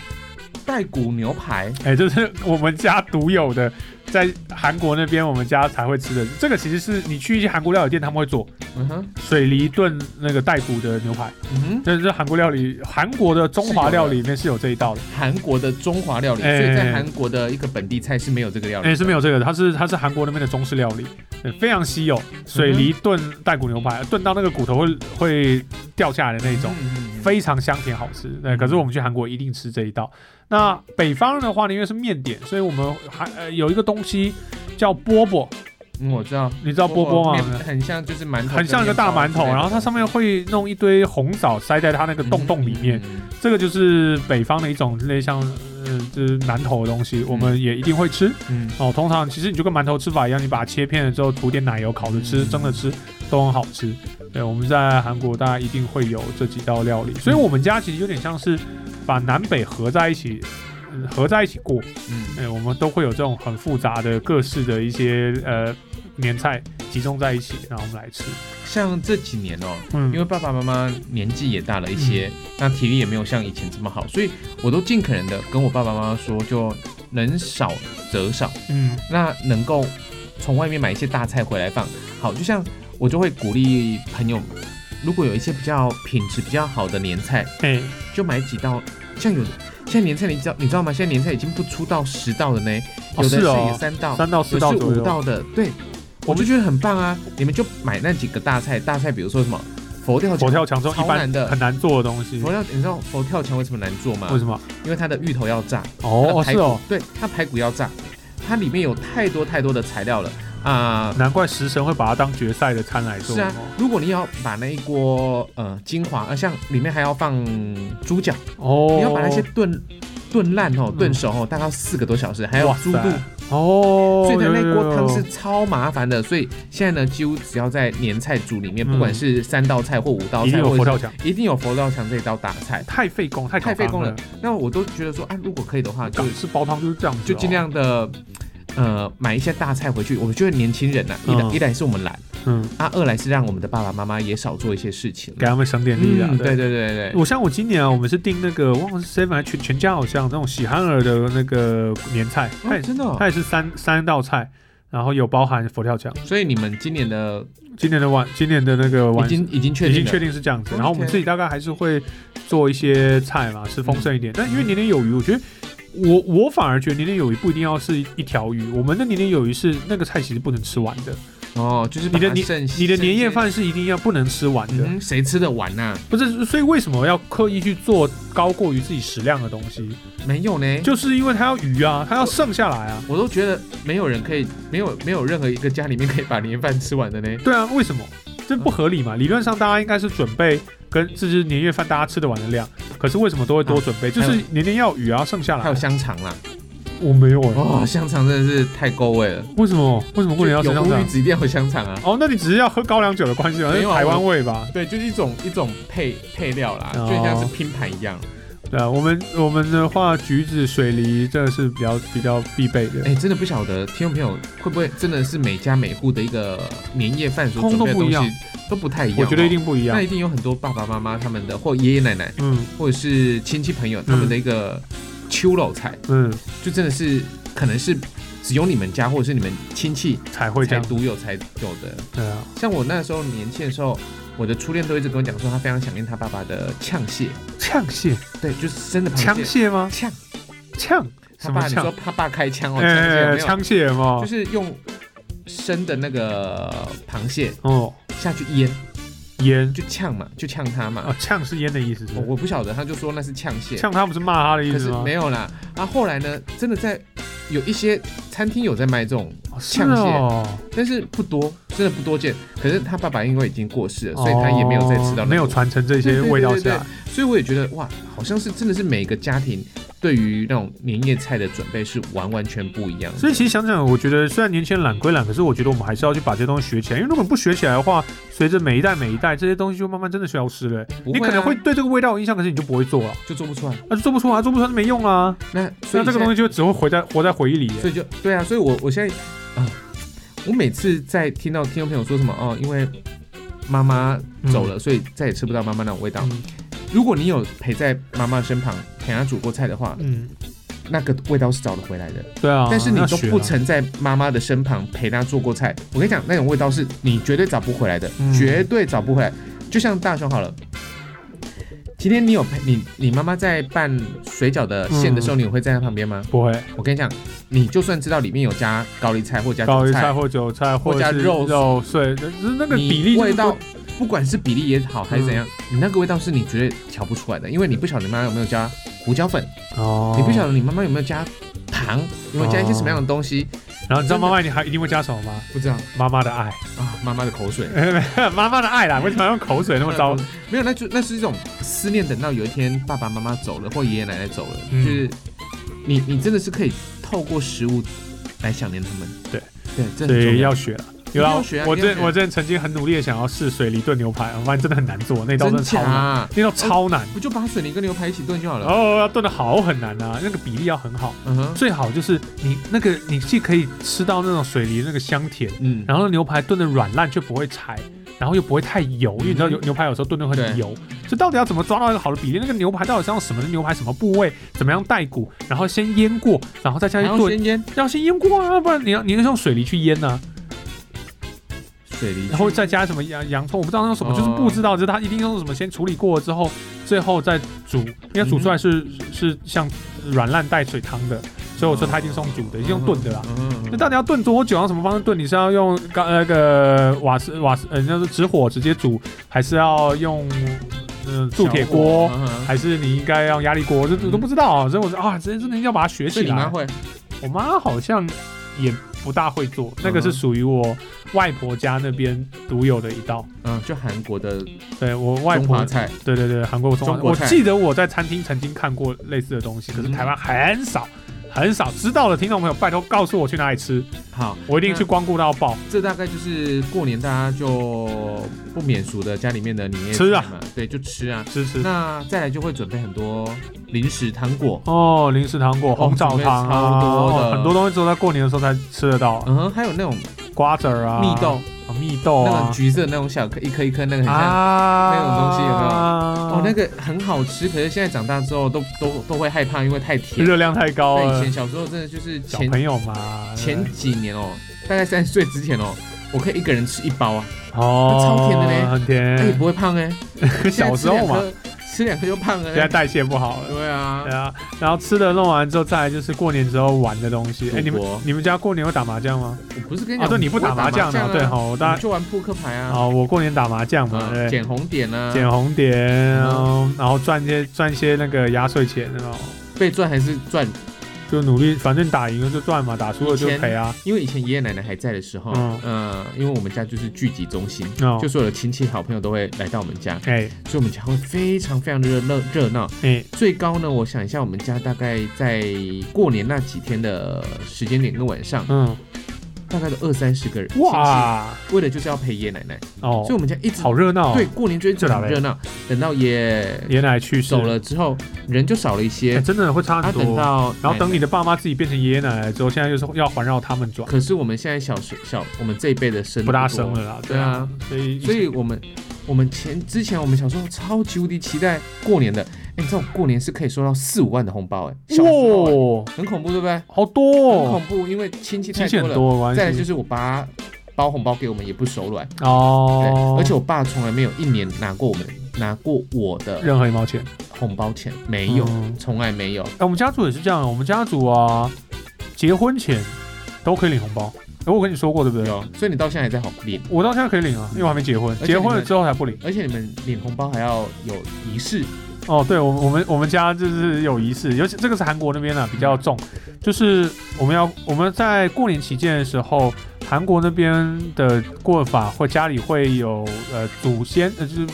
Speaker 2: 带骨牛排，
Speaker 1: 哎，这是我们家独有的，在韩国那边我们家才会吃的，这个其实是你去一些韩国料理店他们会做
Speaker 2: 嗯哼，
Speaker 1: 水梨炖那个带骨的牛排。
Speaker 2: 嗯哼，
Speaker 1: 这是韩国料理，韩国的中华料理里面是有这一道的，
Speaker 2: 韩国的中华料理，所
Speaker 1: 哎
Speaker 2: 以在韩国的一个本地菜是没有这个料理
Speaker 1: 哎、
Speaker 2: 的，
Speaker 1: 是没有这个的，它是它是韩国那边的中式料理，对非常稀有。
Speaker 2: 嗯
Speaker 1: 水梨炖带骨牛排，炖到那个骨头会会掉下来的那种，
Speaker 2: 嗯，嗯嗯
Speaker 1: 非常香甜好吃。对，
Speaker 2: 嗯
Speaker 1: 可是我们去韩国一定吃这一道。那北方的话呢，因为是面点，所以我们还呃有一个东西叫饽饽，
Speaker 2: 嗯我知道，
Speaker 1: 你知道饽饽
Speaker 2: 面
Speaker 1: 吗？
Speaker 2: 很像就是馒头，
Speaker 1: 很像一个大馒头，然后它上面会弄一堆红枣塞在它那个洞洞里面，，
Speaker 2: 嗯嗯嗯
Speaker 1: 这个就是北方的一种类像呃，就是馒头的东西，我们也一定会吃
Speaker 2: 嗯，
Speaker 1: 哦。通常其实你就跟馒头吃法一样，你把它切片了之后涂点奶油烤着吃，
Speaker 2: 嗯
Speaker 1: 蒸着吃都很好吃。对，我们在韩国大家一定会有这几道料理，所以我们家其实有点像是把南北合在一起。嗯合在一起过，
Speaker 2: 嗯
Speaker 1: 哎、我们都会有这种很复杂的各式的一些呃年菜集中在一起，然后我们来吃。
Speaker 2: 像这几年哦，
Speaker 1: 嗯，
Speaker 2: 因为爸爸妈妈年纪也大了一些，那体力也没有像以前这么好，所以我都尽可能的跟我爸爸妈妈说，就能少则少，
Speaker 1: 嗯
Speaker 2: 那能够从外面买一些大菜回来放。好，就像我就会鼓励朋友，如果有一些比较品质比较好的年菜，
Speaker 1: 哎、
Speaker 2: 就买几道，像有。现在年菜你知道你知道吗？现在年菜已经不出到十道了呢，
Speaker 1: 哦
Speaker 2: 有的
Speaker 1: 是哦
Speaker 2: 有三道，
Speaker 1: 三到四道
Speaker 2: 有是
Speaker 1: 左
Speaker 2: 五
Speaker 1: 右。
Speaker 2: 道的，对，我就觉得很棒啊！你们就买那几个大菜，大菜比如说什么佛跳
Speaker 1: 佛
Speaker 2: 墙，
Speaker 1: 跳墙这种一
Speaker 2: 超
Speaker 1: 般
Speaker 2: 难的
Speaker 1: 很难做的东西，
Speaker 2: 佛跳，你知道佛跳墙为什么难做吗？
Speaker 1: 为什么？
Speaker 2: 因为它的芋头要炸，
Speaker 1: 哦，哦
Speaker 2: 它的排
Speaker 1: 是
Speaker 2: 骨
Speaker 1: 哦，
Speaker 2: 对，它排骨要炸，它里面有太多太多的材料了啊。
Speaker 1: 难怪食神会把它当决赛的餐来做。
Speaker 2: 是啊，如果你要把那一锅呃精华，呃像里面还要放猪脚，
Speaker 1: 哦，
Speaker 2: 你要把那些炖炖烂哦
Speaker 1: 嗯，
Speaker 2: 炖熟哦，大概要四个多小时，还有
Speaker 1: 哇塞
Speaker 2: 猪肚，
Speaker 1: 哦，
Speaker 2: 所以它那锅汤
Speaker 1: 有有
Speaker 2: 是
Speaker 1: 有
Speaker 2: 超麻烦的。所以现在呢，几乎只要在年菜煮里面，
Speaker 1: 嗯
Speaker 2: 不管是三道菜或五道
Speaker 1: 一定
Speaker 2: 菜，
Speaker 1: 有
Speaker 2: 或
Speaker 1: 佛
Speaker 2: 者
Speaker 1: 跳
Speaker 2: 是
Speaker 1: 墙，
Speaker 2: 一定有佛跳墙这一道大菜，
Speaker 1: 太费工，太
Speaker 2: 太费工
Speaker 1: 了
Speaker 2: 了。。那我都觉得说啊，如果可以的话，就
Speaker 1: 港式煲汤就是这样子哦，
Speaker 2: 就尽量的。呃，买一些大菜回去，我觉得年轻人呐、啊一来、
Speaker 1: 嗯
Speaker 2: 一来是我们懒
Speaker 1: 嗯，
Speaker 2: 啊，二来是让我们的爸爸妈妈也少做一些事情。
Speaker 1: 给他们省点力啊。
Speaker 2: 嗯，对。对对对，
Speaker 1: 我像我今年啊，我们是订那个忘了是 seven 还全全家好像那种喜憨儿的那个年菜，它
Speaker 2: 哦
Speaker 1: 也是
Speaker 2: 真的哦、
Speaker 1: 它也是三三道菜，然后有包含佛跳墙。
Speaker 2: 所以你们今年的
Speaker 1: 今年的晚，今年的那个晚
Speaker 2: 已经已经确
Speaker 1: 已
Speaker 2: 定
Speaker 1: 经
Speaker 2: 了，
Speaker 1: 确定是这样子，
Speaker 2: OK 嗯
Speaker 1: 然后我们自己大概还是会做一些菜嘛，吃丰盛一点。但因为年年有余，我觉得我我反而觉得年年有余不一定要是一条鱼，我们的年年有余是那个菜其实不能吃完的，
Speaker 2: 哦，就是
Speaker 1: 你的
Speaker 2: 把
Speaker 1: 年
Speaker 2: 剩
Speaker 1: 你的年夜，
Speaker 2: 剩
Speaker 1: 饭是一定要不能吃完
Speaker 2: 些
Speaker 1: 的，
Speaker 2: 嗯，谁吃得完呐、
Speaker 1: 不是？所以为什么要刻意去做高过于自己食量的东西？
Speaker 2: 没有呢，
Speaker 1: 就是因为它要余啊，它要剩下来啊。
Speaker 2: 我都觉得没有人可以，没有没有任何一个家里面可以把年夜饭吃完的呢。
Speaker 1: 对啊，为什么？这不合理嘛？理论上大家应该是准备跟这是年夜饭大家吃得完的量，可是为什么都会多准备？就
Speaker 2: 啊还
Speaker 1: 是
Speaker 2: 有
Speaker 1: 年年要有余啊，剩下来。
Speaker 2: 还有香肠啦，
Speaker 1: 我没有哎、
Speaker 2: 哦，香肠真的是太够味了。
Speaker 1: 为什么？为什么过年要吃
Speaker 2: 有
Speaker 1: 香
Speaker 2: 乌鱼
Speaker 1: 肠？
Speaker 2: 子一定要有香肠啊。
Speaker 1: 哦，那你只是要喝高粱酒的关系吧？那
Speaker 2: 没
Speaker 1: 是
Speaker 2: 有啊
Speaker 1: 台湾味吧？
Speaker 2: 对，就是一种一种配配料啦，
Speaker 1: 哦
Speaker 2: 就像是拼盘一样。
Speaker 1: 对啊，我们我们的话，橘子、水梨这是比较比较必备的。
Speaker 2: 哎、真的不晓得听众朋友会不会真的是每家每户的一个年夜饭所
Speaker 1: 通
Speaker 2: 准
Speaker 1: 通
Speaker 2: 备的
Speaker 1: 不
Speaker 2: 东
Speaker 1: 一样
Speaker 2: 西都不太一样、哦
Speaker 1: 我觉得一。定不一样
Speaker 2: 那。一定有很多爸爸妈妈他们的，或爷爷奶奶，
Speaker 1: 嗯
Speaker 2: 或者是亲戚朋友他们的一个秋老菜，
Speaker 1: 嗯，
Speaker 2: 就真的是可能是只有你们家或者是你们亲戚
Speaker 1: 才会这
Speaker 2: 才
Speaker 1: 样。
Speaker 2: 独有才有的。
Speaker 1: 对啊，
Speaker 2: 像我那时候年轻的时候，我的初恋都一直跟我讲说，他非常想念他爸爸的呛蟹，
Speaker 1: 呛蟹，
Speaker 2: 对，就是真的螃蟹
Speaker 1: 枪蟹吗？
Speaker 2: 呛。
Speaker 1: 呛
Speaker 2: 他
Speaker 1: 什么
Speaker 2: 爸，你说
Speaker 1: 呛？
Speaker 2: 他爸开枪哦，呛蟹有
Speaker 1: 哎，
Speaker 2: 没有？
Speaker 1: 枪蟹吗
Speaker 2: 就？是用生的那个螃蟹
Speaker 1: 哦，
Speaker 2: 下去腌，
Speaker 1: 腌
Speaker 2: 就呛嘛，就呛它嘛。
Speaker 1: 哦，呛是腌的意思是不
Speaker 2: 我哦我不晓得，他就说那是呛蟹
Speaker 1: 是？，呛他不是骂他的意
Speaker 2: 可
Speaker 1: 思
Speaker 2: 是
Speaker 1: 吗？
Speaker 2: 没有啦。啊，后来呢，真的在有一些餐厅有在卖这种，
Speaker 1: 哦是
Speaker 2: 呛蟹
Speaker 1: 哦，
Speaker 2: 但是不多，真的不多见。可是他爸爸因为已经过世了，所以他也没有再吃到
Speaker 1: 哦
Speaker 2: 那
Speaker 1: 哦没有
Speaker 2: 种
Speaker 1: 传承这些
Speaker 2: 对对
Speaker 1: 味道
Speaker 2: 对
Speaker 1: 下
Speaker 2: 对
Speaker 1: 来。
Speaker 2: 所以我也觉得哇，好像是真的是每个家庭对于那种年夜菜的准备是完完全不一样的。
Speaker 1: 所以其实想想，我觉得虽然年轻人懒归懒，可是我觉得我们还是要去把这些东西学起来，因为如果你不学起来的话，随着每一代每一代，这些东西就慢慢真的消失了、
Speaker 2: 不
Speaker 1: 你可能
Speaker 2: 啊
Speaker 1: 会对这个味道有印象，可是你就不会做了，
Speaker 2: 就做不出来。
Speaker 1: 那、就做不出来，做不出来就没用啊。
Speaker 2: 那所
Speaker 1: 那
Speaker 2: 以
Speaker 1: 这个东
Speaker 2: 西，
Speaker 1: 西就只会活在活在回忆里耶、
Speaker 2: 所以就对啊，所以我我现在啊、我每次在听到听众朋友说什么哦，因为妈妈走了，所以再也吃不到妈妈那种味道。
Speaker 1: 嗯
Speaker 2: 如果你有陪在妈妈身旁陪她煮过菜的话，
Speaker 1: 嗯，
Speaker 2: 那个味道是找得回来的。
Speaker 1: 对啊。
Speaker 2: 但是你
Speaker 1: 要
Speaker 2: 都
Speaker 1: 学
Speaker 2: 不
Speaker 1: 啊
Speaker 2: 曾在妈妈的身旁陪她做过菜，我跟你讲，那种味道是你绝对找不回来的，
Speaker 1: 嗯
Speaker 2: 绝对找不回来。就像大雄好了，今天你有陪你你妈妈在拌水饺的馅的时候，
Speaker 1: 嗯
Speaker 2: 你会站在她旁边吗？
Speaker 1: 不会
Speaker 2: 我跟你讲，你就算知道里面有加高丽菜或加
Speaker 1: 高
Speaker 2: 韭
Speaker 1: 丽
Speaker 2: 菜
Speaker 1: 菜，或韭菜或者
Speaker 2: 加
Speaker 1: 是
Speaker 2: 肉
Speaker 1: 肉碎，就是那个
Speaker 2: 你
Speaker 1: 比例就是
Speaker 2: 味道
Speaker 1: 不。嗯
Speaker 2: 不管是比例也好还是怎样，你那个味道是你绝对调不出来的，因为你不晓得你妈妈有没有加胡椒粉，
Speaker 1: 哦，
Speaker 2: 你不晓得你妈妈有没有加糖，有没有加一些什么样的东西，
Speaker 1: 然后你知道妈妈你还一定会加什么吗？
Speaker 2: 不知道
Speaker 1: 妈妈的爱，
Speaker 2: 啊，妈妈的口 [LAUGHS] 水。
Speaker 1: 妈妈的爱啦，为什么要用口水那么糟？
Speaker 2: 没有，那就那是一种思念。等到有一天爸爸妈妈走了，或爷爷奶奶走了，
Speaker 1: 嗯
Speaker 2: 就是你你真的是可以透过食物来想念他们。
Speaker 1: 对
Speaker 2: 对，这
Speaker 1: 所
Speaker 2: 很重
Speaker 1: 以
Speaker 2: 要
Speaker 1: 要。学了。有啦
Speaker 2: 一定要学啊，
Speaker 1: 我
Speaker 2: 一定要
Speaker 1: 这
Speaker 2: 学
Speaker 1: 我之前曾经很努力的想要试水梨炖牛排，我发现真的很难做，那道真的
Speaker 2: 真
Speaker 1: 超
Speaker 2: 假
Speaker 1: 难，
Speaker 2: 啊？
Speaker 1: 那道超难。
Speaker 2: 不就把水泥跟牛排一起炖就好了？
Speaker 1: 哦，要炖的好很难啊，那个比例要很好，
Speaker 2: 嗯哼，
Speaker 1: 最好就是你那个你既可以吃到那种水梨那个香甜，
Speaker 2: 嗯，
Speaker 1: 然后牛排炖的软烂却不会柴，然后又不会太油，因为你知道
Speaker 2: 嗯
Speaker 1: 牛牛排有时候炖的很
Speaker 2: 对
Speaker 1: 油，所以到底要怎么抓到一个好的比例？那个牛排到底是用什么的牛排，什么部位，怎么样带骨，然后先腌过，然后再下去
Speaker 2: 然后
Speaker 1: 炖，
Speaker 2: 先腌
Speaker 1: 要先腌过啊，不然你要你要用水梨去腌啊，
Speaker 2: 水泥，
Speaker 1: 然后再加什么洋洋葱，我不知道用什么，
Speaker 2: 哦
Speaker 1: 就是不知道，就是它一定用什么先处理过之后，最后再煮，因为煮出来是、是像软烂带水汤的，所以我说它一定是用煮的，一定用炖的啦。
Speaker 2: 嗯哼。嗯哼
Speaker 1: 那到底要炖多久？用什么方式炖？你是要用高那个瓦斯瓦斯，呃，人家说直火直接煮，还是要用嗯、呃、铸铁锅？
Speaker 2: 嗯哼
Speaker 1: 还是你应该用压力锅？这我都不知道啊，所以我说啊，真真的要把它学
Speaker 2: 所
Speaker 1: 起
Speaker 2: 以你妈
Speaker 1: 来。
Speaker 2: 会，
Speaker 1: 我妈好像也不大会做，那个是属于我外婆家那边独有的一道。
Speaker 2: 嗯，就韩国的
Speaker 1: 对我外
Speaker 2: 中
Speaker 1: 婆
Speaker 2: 华，菜，
Speaker 1: 对对对，韩国中华
Speaker 2: 中国
Speaker 1: 我
Speaker 2: 菜
Speaker 1: 记得我在餐厅曾经看过类似的东西，可是
Speaker 2: 嗯
Speaker 1: 台湾很少很少。知道的听众朋友，拜托告诉我去哪里吃，
Speaker 2: 好，
Speaker 1: 我一定去光顾到爆。
Speaker 2: 这大概就是过年大家就不免俗的家里面的年夜
Speaker 1: 吃啊
Speaker 2: 菜嘛，对，就吃啊。
Speaker 1: 吃吃。
Speaker 2: 那再来就会准备很多零食糖果，
Speaker 1: 哦，零食糖果、红枣糖啊，
Speaker 2: 准备超多的
Speaker 1: 哦很多东西只有在过年的时候才吃得到啊，
Speaker 2: 嗯哼，还有那种
Speaker 1: 瓜子儿啊，
Speaker 2: 蜜豆，
Speaker 1: 啊，蜜豆
Speaker 2: 那种
Speaker 1: 啊，
Speaker 2: 橘色那种小颗一颗一颗那个很像，
Speaker 1: 啊，
Speaker 2: 那种东西有没有哦，那
Speaker 1: 个
Speaker 2: 个很好吃。可是现在长大之后都都都会害怕，因为太甜。
Speaker 1: 热量太高
Speaker 2: 那以
Speaker 1: 了
Speaker 2: 前，小时候真的就是
Speaker 1: 哦小
Speaker 2: 前
Speaker 1: 朋友嘛，
Speaker 2: 前几年哦，大概三十岁之前哦，我可以一个人吃一包啊，
Speaker 1: 哦，
Speaker 2: 超甜的嘞
Speaker 1: 很
Speaker 2: 哎、也
Speaker 1: 甜，
Speaker 2: 不会胖哎、
Speaker 1: 嗯 [LAUGHS] 小时候嘛，
Speaker 2: 现在吃两颗就胖了
Speaker 1: 现。在代谢不好了。
Speaker 2: 对啊
Speaker 1: 对，啊，然后吃的弄完之后，再来就是过年之后玩的东西。哎、
Speaker 2: 赌
Speaker 1: 你们
Speaker 2: 博
Speaker 1: 你们家过年有打麻将吗？
Speaker 2: 我不是跟你
Speaker 1: 啊，
Speaker 2: 讲，
Speaker 1: 对，你不打麻将
Speaker 2: 的
Speaker 1: 的，，对哦吼，我
Speaker 2: 我
Speaker 1: 大
Speaker 2: 们就玩扑克牌啊，
Speaker 1: 哦，我过年打麻将嘛，
Speaker 2: 嗯
Speaker 1: 对，
Speaker 2: 捡红点啊，
Speaker 1: 捡红点，然后赚些赚些那个压岁钱，然后
Speaker 2: 被赚还是赚？
Speaker 1: 就努力，反正打赢了就赚嘛，打输了就赔啊。
Speaker 2: 因为以前爷爷奶奶还在的时候，
Speaker 1: 嗯
Speaker 2: 呃，因为我们家就是聚集中心，
Speaker 1: 哦
Speaker 2: 就，所有的亲戚好朋友都会来到我们家，
Speaker 1: 哎
Speaker 2: 所以我们家会非常非常热热热闹。
Speaker 1: 哎
Speaker 2: 最高呢，我想一下，我们家大概在过年那几天的时间点跟晚上，
Speaker 1: 嗯，
Speaker 2: 大概都二三十个人，
Speaker 1: 哇
Speaker 2: 亲戚，为了就是要陪爷爷奶奶，
Speaker 1: 哦
Speaker 2: 所以，我们家一直
Speaker 1: 好热闹、哦。
Speaker 2: 对，过年追
Speaker 1: 这
Speaker 2: 很
Speaker 1: 哪来
Speaker 2: 热闹，等到爷
Speaker 1: 爷爷奶奶去世
Speaker 2: 走，了之后，人就少了一
Speaker 1: 哎、
Speaker 2: 些。
Speaker 1: 真的会差
Speaker 2: 他
Speaker 1: 很
Speaker 2: 等
Speaker 1: 多。
Speaker 2: 到
Speaker 1: 然后等
Speaker 2: 奶奶
Speaker 1: 你，的爸妈自己变成爷爷奶奶之后，现在就是要环绕他们转，
Speaker 2: 可是我们现在小时小，我们这一辈的生
Speaker 1: 不大
Speaker 2: 多
Speaker 1: 生了，啦。
Speaker 2: 嗯对啊，
Speaker 1: 所以
Speaker 2: 所以我们我们前之前我们小时候超级无敌期待过年的，哎，你知道我过年是可以收到四五万的红包哎，小时候哎
Speaker 1: 哇，
Speaker 2: 很恐怖对不对？
Speaker 1: 好多、
Speaker 2: 很
Speaker 1: 哦
Speaker 2: 恐，怖，因为亲戚
Speaker 1: 亲
Speaker 2: 太
Speaker 1: 戚
Speaker 2: 多
Speaker 1: 很
Speaker 2: 了。
Speaker 1: 多的关系。
Speaker 2: 再来就是我爸包红包给我们也不手软，对
Speaker 1: 哦，，
Speaker 2: 而且我爸从来没有一年拿过我们拿过我的
Speaker 1: 任何一毛钱。
Speaker 2: 红包钱，没有，
Speaker 1: 嗯
Speaker 2: 从来没有。
Speaker 1: 哎、我们家族也是这样，我们家族啊，结婚前都可以领红包。哎，我跟你说过对不对？
Speaker 2: 有，所以你到现在还在好领，
Speaker 1: 我到现在可以领啊，因为我还没结婚，
Speaker 2: 而
Speaker 1: 结
Speaker 2: 且
Speaker 1: 婚
Speaker 2: 你
Speaker 1: 了
Speaker 2: 们
Speaker 1: 之后才不领。
Speaker 2: 而且你们领红包还要有仪式，
Speaker 1: 哦，对，我们我们我们家就是有仪式，尤其这个是韩国那边呢、啊比较重，就是我们要我们在过年期间的时候，韩国那边的过法会家里会有呃祖先呃就是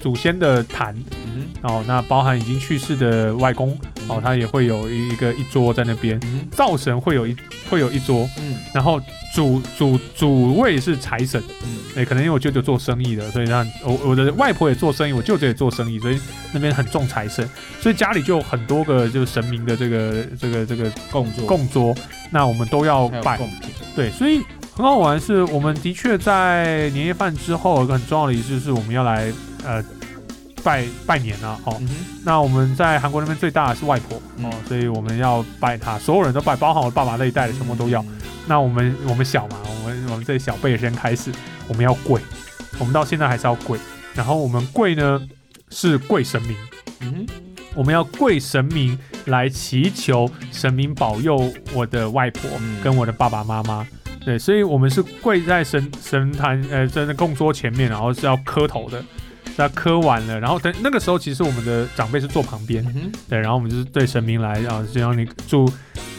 Speaker 1: 祖先的坛
Speaker 2: 嗯
Speaker 1: 哦，那包含已经去世的外公哦，他也会有一个一桌在那边，
Speaker 2: 嗯
Speaker 1: 灶神会有一会有一桌，
Speaker 2: 嗯
Speaker 1: 然后主主主位是财神，
Speaker 2: 嗯，
Speaker 1: 哎、可能因为我舅舅做生意的，所以让我我的外婆也做生意，我舅舅也做生意，所以那边很重财神，所以家里就有很多个就是神明的这个这个这个
Speaker 2: 供桌
Speaker 1: 供桌，那我们都要
Speaker 2: 还有
Speaker 1: 拜，
Speaker 2: 贡品，
Speaker 1: 对，所以很好玩是，我们的确在年夜饭之后有一个很重要的仪式是我们要来呃拜拜年啊，哦，
Speaker 2: 嗯哼，
Speaker 1: 那我们在韩国那边最大的是外婆
Speaker 2: 嗯
Speaker 1: 哦，所以我们要拜她，所有人都拜，包含我爸爸那一代的全部都要。那我们我们小嘛，我们我们这小辈先开始，我们要跪，我们到现在还是要跪。然后我们跪呢是跪神明，
Speaker 2: 嗯哼，
Speaker 1: 我们要跪神明来祈求神明保佑我的外婆
Speaker 2: 嗯
Speaker 1: 跟我的爸爸妈妈。对，所以我们是跪在神神坛呃在那供桌前面，然后是要磕头的，是要磕完了，然后等那个时候其实我们的长辈是坐旁边
Speaker 2: 嗯，哼，
Speaker 1: 对，然后我们就是对神明来，然后就让你祝，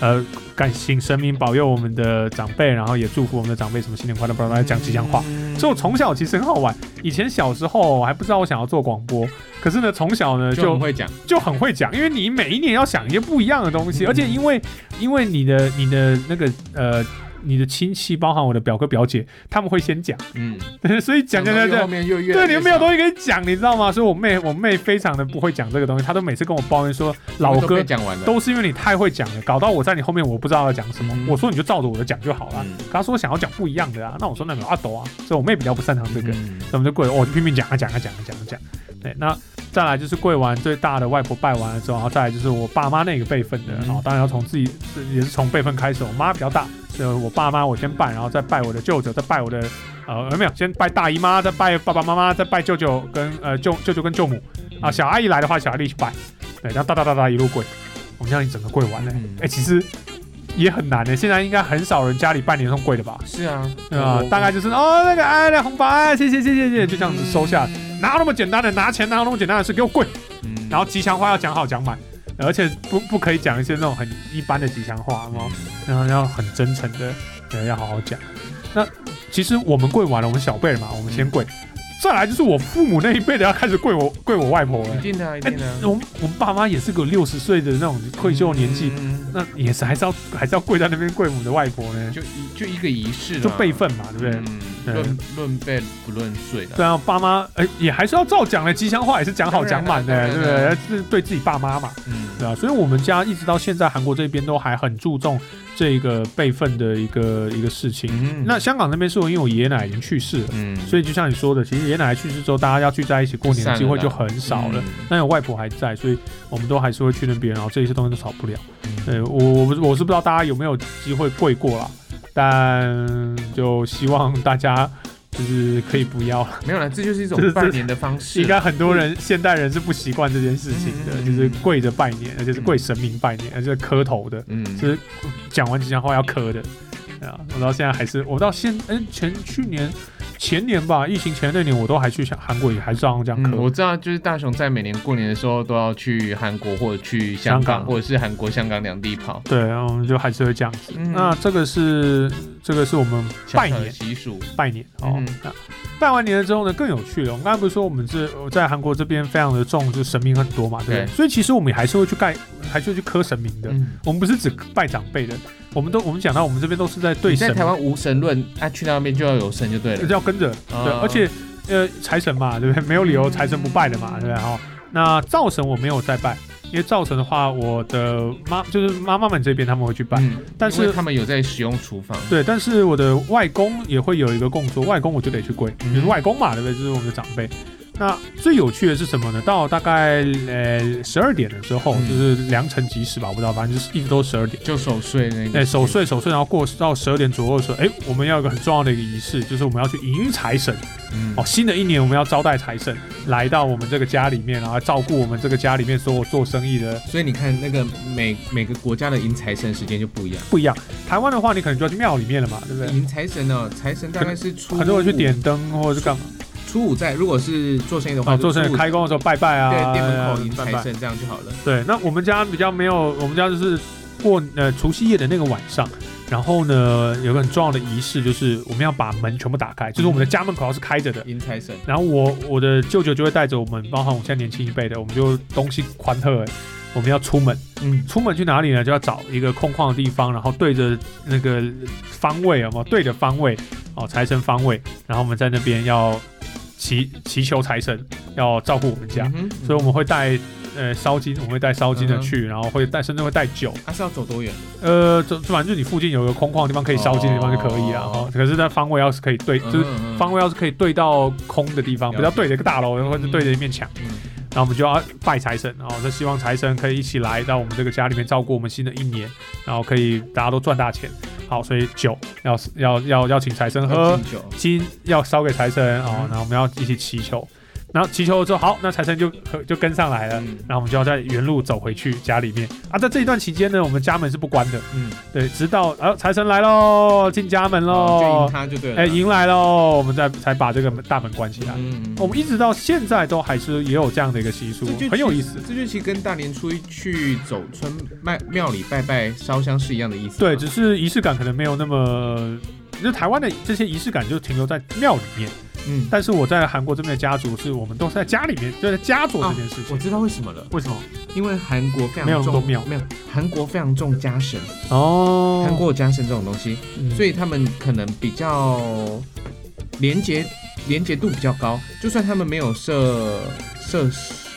Speaker 1: 呃，感请神明保佑我们的长辈，然后也祝福我们的长辈什么新年快乐，巴拉巴拉讲吉祥话。
Speaker 2: 嗯
Speaker 1: 所以我从小其实很好玩，以前小时候我还不知道我想要做广播，可是呢，从小呢
Speaker 2: 就
Speaker 1: 就
Speaker 2: 很会讲，
Speaker 1: 就很会讲，因为你每一年要想一些不一样的东西，
Speaker 2: 嗯
Speaker 1: 而且因为因为你的你的那个呃。你的亲戚，包含我的表哥表姐，他们会先讲， [LAUGHS]
Speaker 2: 嗯，
Speaker 1: 所以讲讲
Speaker 2: 到
Speaker 1: 讲
Speaker 2: 越
Speaker 1: 讲
Speaker 2: 后，面越越
Speaker 1: 对，你又没有
Speaker 2: 东
Speaker 1: 东西可以讲，你知道吗？所以我妹，我妹非常的不会讲这个东西，她都每次跟我抱怨说，老哥
Speaker 2: 讲完了，
Speaker 1: 都是因为你太会讲了，搞到我在你后面我不知道要讲什么。
Speaker 2: 嗯
Speaker 1: 我说你就照着我的讲就好了。
Speaker 2: 嗯
Speaker 1: 她说想要讲不一样的啊，那我说那没有阿斗啊，所以我妹比较不擅长这个，
Speaker 2: 嗯
Speaker 1: 所以我们就跪，我就拼命讲啊讲啊讲啊讲啊讲。对，那再来就是跪完最大的外婆拜完了之后，然后再来就是我爸妈那个辈分的，
Speaker 2: 嗯
Speaker 1: 然后当然要从自己是也是从辈分开始，我妈比较大，所以我爸妈我先拜，然后再拜我的舅舅，再拜我的呃没有，先拜大姨妈，再拜爸爸妈妈，再拜舅舅跟呃舅舅舅跟舅母啊，小阿姨来的话，小阿姨去拜，对，然后哒哒哒哒一路跪，我们这样一整个跪完了、欸，哎、
Speaker 2: 嗯
Speaker 1: 其实。也很难的、现在应该很少人家里拜年送跪的吧？
Speaker 2: 是啊，
Speaker 1: 对吧？
Speaker 2: 我
Speaker 1: 大概就是哦，那个哎，来红包，哎，谢谢谢谢谢谢，就这样子收下来。
Speaker 2: 嗯
Speaker 1: 哪有那么简单的拿钱，哪有那么简单的事？给我跪！
Speaker 2: 嗯
Speaker 1: 然后吉祥话要讲好讲满，而且不不可以讲一些那种很一般的吉祥话哦，然后要很真诚的，对，要好好讲。那其实我们跪完了，我们小辈嘛，我们先跪，再来就是我父母那一辈的要开始跪我跪我外婆哎了
Speaker 2: 一。定的啊，一定的啊，
Speaker 1: 我们我们爸妈也是个六十岁的那种退休年纪，
Speaker 2: 嗯，
Speaker 1: 那也是还是要还是要跪在那边跪我们的外婆呢，
Speaker 2: 就一就一个仪式啦，
Speaker 1: 就辈分嘛，对不对？
Speaker 2: 嗯，论论辈不论岁的，
Speaker 1: 对啊，爸妈哎、也还是要照讲的，吉祥话也是讲好讲满的，对不
Speaker 2: 当然啊当
Speaker 1: 对
Speaker 2: 然啊？
Speaker 1: 是对自己爸妈嘛，
Speaker 2: 嗯，
Speaker 1: 对啊。所以我们家一直到现在，韩国这边都还很注重这个辈分的一个一个事情。
Speaker 2: 嗯
Speaker 1: 那香港那边是因为我爷爷奶奶已经去世了，
Speaker 2: 嗯，
Speaker 1: 所以就像你说的，其实爷爷奶奶去世之后，大家要聚在一起过年的
Speaker 2: 散了
Speaker 1: 机会
Speaker 2: 啦
Speaker 1: 就很少了。
Speaker 2: 嗯
Speaker 1: 但有外婆还在，所以我们都还是会去那边，然后这些东西都少不了。
Speaker 2: 嗯
Speaker 1: 对哎我我不我是不知道大家有没有机会跪过啦，但就希望大家就是可以不要了。
Speaker 2: 没有了，这就是一种
Speaker 1: 这是
Speaker 2: 拜年的方式
Speaker 1: 应
Speaker 2: 啦。
Speaker 1: 该很多人现代人是不习惯这件事情的，
Speaker 2: 嗯嗯嗯
Speaker 1: 就是跪着拜年，而且是跪神明拜年，而且是磕头的，
Speaker 2: 嗯，
Speaker 1: 就是讲完吉祥话要磕的。啊，我到现在还是，我到现哎、前去年前年吧，疫情前那年我都还去韩国，也还照样这样
Speaker 2: 嗯，
Speaker 1: 磕。
Speaker 2: 我知道，就是大雄在每年过年的时候都要去韩国或者去香
Speaker 1: 香
Speaker 2: 港，
Speaker 1: 港
Speaker 2: 或者是韩国、香港两地跑。
Speaker 1: 对，然后我们就还是会这样子。
Speaker 2: 嗯
Speaker 1: 那这个是这个是我们
Speaker 2: 小
Speaker 1: 拜
Speaker 2: 小的
Speaker 1: 年
Speaker 2: 习俗，
Speaker 1: 拜年哦
Speaker 2: 嗯。
Speaker 1: 那拜完年了之后呢，更有趣了。我们刚才不是说我们这我在韩国这边非常的重，就是神明很多嘛，对不对？
Speaker 2: 对
Speaker 1: 所以其实我们还是会去拜，还是会去磕神明的。
Speaker 2: 嗯，
Speaker 1: 我们不是只拜长辈的，我们都我们讲到我们这边都是在对
Speaker 2: 你在
Speaker 1: 神，
Speaker 2: 台湾无神论，啊，去那边就要有神就对了。
Speaker 1: 要跟着对，
Speaker 2: 啊
Speaker 1: 而且呃财神嘛，对不对？没有理由
Speaker 2: 嗯
Speaker 1: 财神不拜的嘛，对不对？哈，那灶神我没有在拜，因为灶神的话，我的妈就是妈妈们这边他们会去拜，
Speaker 2: 嗯，
Speaker 1: 但
Speaker 2: 因
Speaker 1: 是
Speaker 2: 为他们有在使用厨房。
Speaker 1: 对，但是我的外公也会有一个供桌，外公我就得去跪，
Speaker 2: 嗯
Speaker 1: 就是外公嘛，对不对？就是我们的长辈。那最有趣的是什么呢？到大概呃十二点的时候，
Speaker 2: 嗯
Speaker 1: 就是良辰吉时吧，我不知道，反正就是一直都十二点。
Speaker 2: 就守岁那个，
Speaker 1: 哎，守，岁守岁，然后过到十二点左右的时候，哎，我们要有一个很重要的一个仪式，就是我们要去迎财神
Speaker 2: 嗯
Speaker 1: 哦。，新的一年我们要招待财神来到我们这个家里面，然后照顾我们这个家里面所有做生意的
Speaker 2: 所以你看那个每每个国家的迎财神时间就不一样。
Speaker 1: 不一样。台湾的话，你可能就要去庙里面了嘛，对不对？
Speaker 2: 迎财神呢，财神大概是初
Speaker 1: 很多人去点灯或者是干嘛，
Speaker 2: 初五在，如果是做生意的呃话，
Speaker 1: 哦，做生
Speaker 2: 就初
Speaker 1: 意
Speaker 2: 五
Speaker 1: 开工的时候拜拜啊，
Speaker 2: 对店门口
Speaker 1: 哎
Speaker 2: 迎
Speaker 1: 拜
Speaker 2: 财
Speaker 1: 拜
Speaker 2: 神这样就好了。
Speaker 1: 对，那我们家比较没有，我们家就是过呃除夕夜的那个晚上，然后呢有个很重要的仪式，就是我们要把门全部打开，就是我们的家门口要是开着的。
Speaker 2: 迎财神，
Speaker 1: 然后我我的舅舅就会带着我们，包含我现在年轻一辈的，我们就东西宽特，我们要出门，
Speaker 2: 嗯，
Speaker 1: 出门去哪里呢？就要找一个空旷的地方，然后对着那个方位，有没有对着方位哦，财神方位，然后我们在那边要祈祈求财神，要照顾我们家。
Speaker 2: 嗯哼，
Speaker 1: 所以我们会带呃烧金，我们会带烧金的
Speaker 2: 嗯哼
Speaker 1: 去，然后会带甚至会带酒，
Speaker 2: 他啊是要走多远？
Speaker 1: 呃，就反正就你附近有一个空旷的地方可以烧金的地方就可以了
Speaker 2: 哦
Speaker 1: 哦。可是它方位要是可以对，就是
Speaker 2: 嗯
Speaker 1: 方，位要是可以对到空的地方，
Speaker 2: 了解
Speaker 1: 不要对着一个大楼或者对着一面墙，
Speaker 2: 嗯
Speaker 1: 然后我们就要拜财神，然后就希望财神可以一起来到我们这个家里面照顾我们新的一年，然后可以大家都赚大钱。好，所以酒要要要要请财神
Speaker 2: 嗯
Speaker 1: 喝
Speaker 2: 要，敬酒，
Speaker 1: 金要烧给财神哦
Speaker 2: 嗯，
Speaker 1: 然后我们要一起祈求，然后祈求了之后，好，那财神就就跟上来了，
Speaker 2: 嗯
Speaker 1: 然后我们就要在原路走回去家里面啊。在这一段期间呢，我们家门是不关的，
Speaker 2: 嗯，
Speaker 1: 对，直到啊财神来喽，进家门
Speaker 2: 哦，就迎
Speaker 1: 喽，
Speaker 2: 他就对了。
Speaker 1: 哎，迎来喽，我们再才把这个门大门关起来。
Speaker 2: 嗯，嗯
Speaker 1: 我们一直到现在都还是也有这样的一个习俗
Speaker 2: 这就，
Speaker 1: 很有
Speaker 2: 其
Speaker 1: 意思。
Speaker 2: 这就其实跟大年初一去走村卖庙里拜拜烧香是一样的意思。啊
Speaker 1: 对，只是仪式感可能没有那么，就是台湾的这些仪式感就停留在庙里面。
Speaker 2: 嗯，
Speaker 1: 但是我在韩国这边的家族是我们都是在家里面，就在家做这件事情。
Speaker 2: 我知哦道为什么了，
Speaker 1: 为什么？
Speaker 2: 因为韩国非常
Speaker 1: 没有那么多
Speaker 2: 重
Speaker 1: 庙
Speaker 2: 没有韩国非常重家神，
Speaker 1: 哦嗯
Speaker 2: 韩国有家神这种东西，所
Speaker 1: 以
Speaker 2: 以他们可能比较连结连结度比较高，就算他们没有设设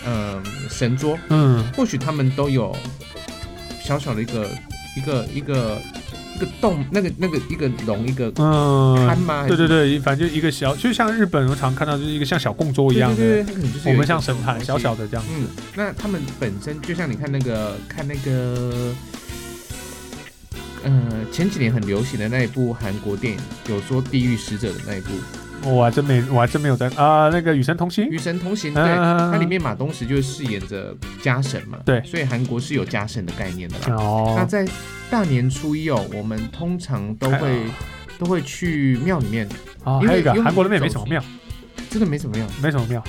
Speaker 2: 嗯、神桌，
Speaker 1: 嗯，
Speaker 2: 或许他们都有小小的一个一个一个一个洞，那个那个一个笼一个龛
Speaker 1: 嗯，
Speaker 2: 吗？还是
Speaker 1: 对对对，反正就一个小，就像日本我常看到就是一个像小供桌一样
Speaker 2: 对对
Speaker 1: 的，
Speaker 2: 对，它可能就
Speaker 1: 我
Speaker 2: 是有一
Speaker 1: 们
Speaker 2: 个
Speaker 1: 像
Speaker 2: 这
Speaker 1: 神
Speaker 2: 种
Speaker 1: 坛
Speaker 2: 东西
Speaker 1: 小小。的这样子。
Speaker 2: 嗯，那他们本身就像你看那个看那个，呃，前几年很流行的那一部韩国电影，有说《地狱使者》的那一部
Speaker 1: 我还真没，我还真没有在啊，那个《与神同行
Speaker 2: 《与》神同行》，对，
Speaker 1: 嗯，
Speaker 2: 它里面马东石就是饰演着家神嘛，
Speaker 1: 对
Speaker 2: 所以韩国是有家神的概念的啦。那
Speaker 1: 哦，
Speaker 2: 在大年初一哦，我们通常都
Speaker 1: 哎
Speaker 2: 会
Speaker 1: 呀
Speaker 2: 都会去庙里面，
Speaker 1: 哦，还有一个韩国那边也没什么庙，
Speaker 2: 真的没怎么样。
Speaker 1: 没什么庙。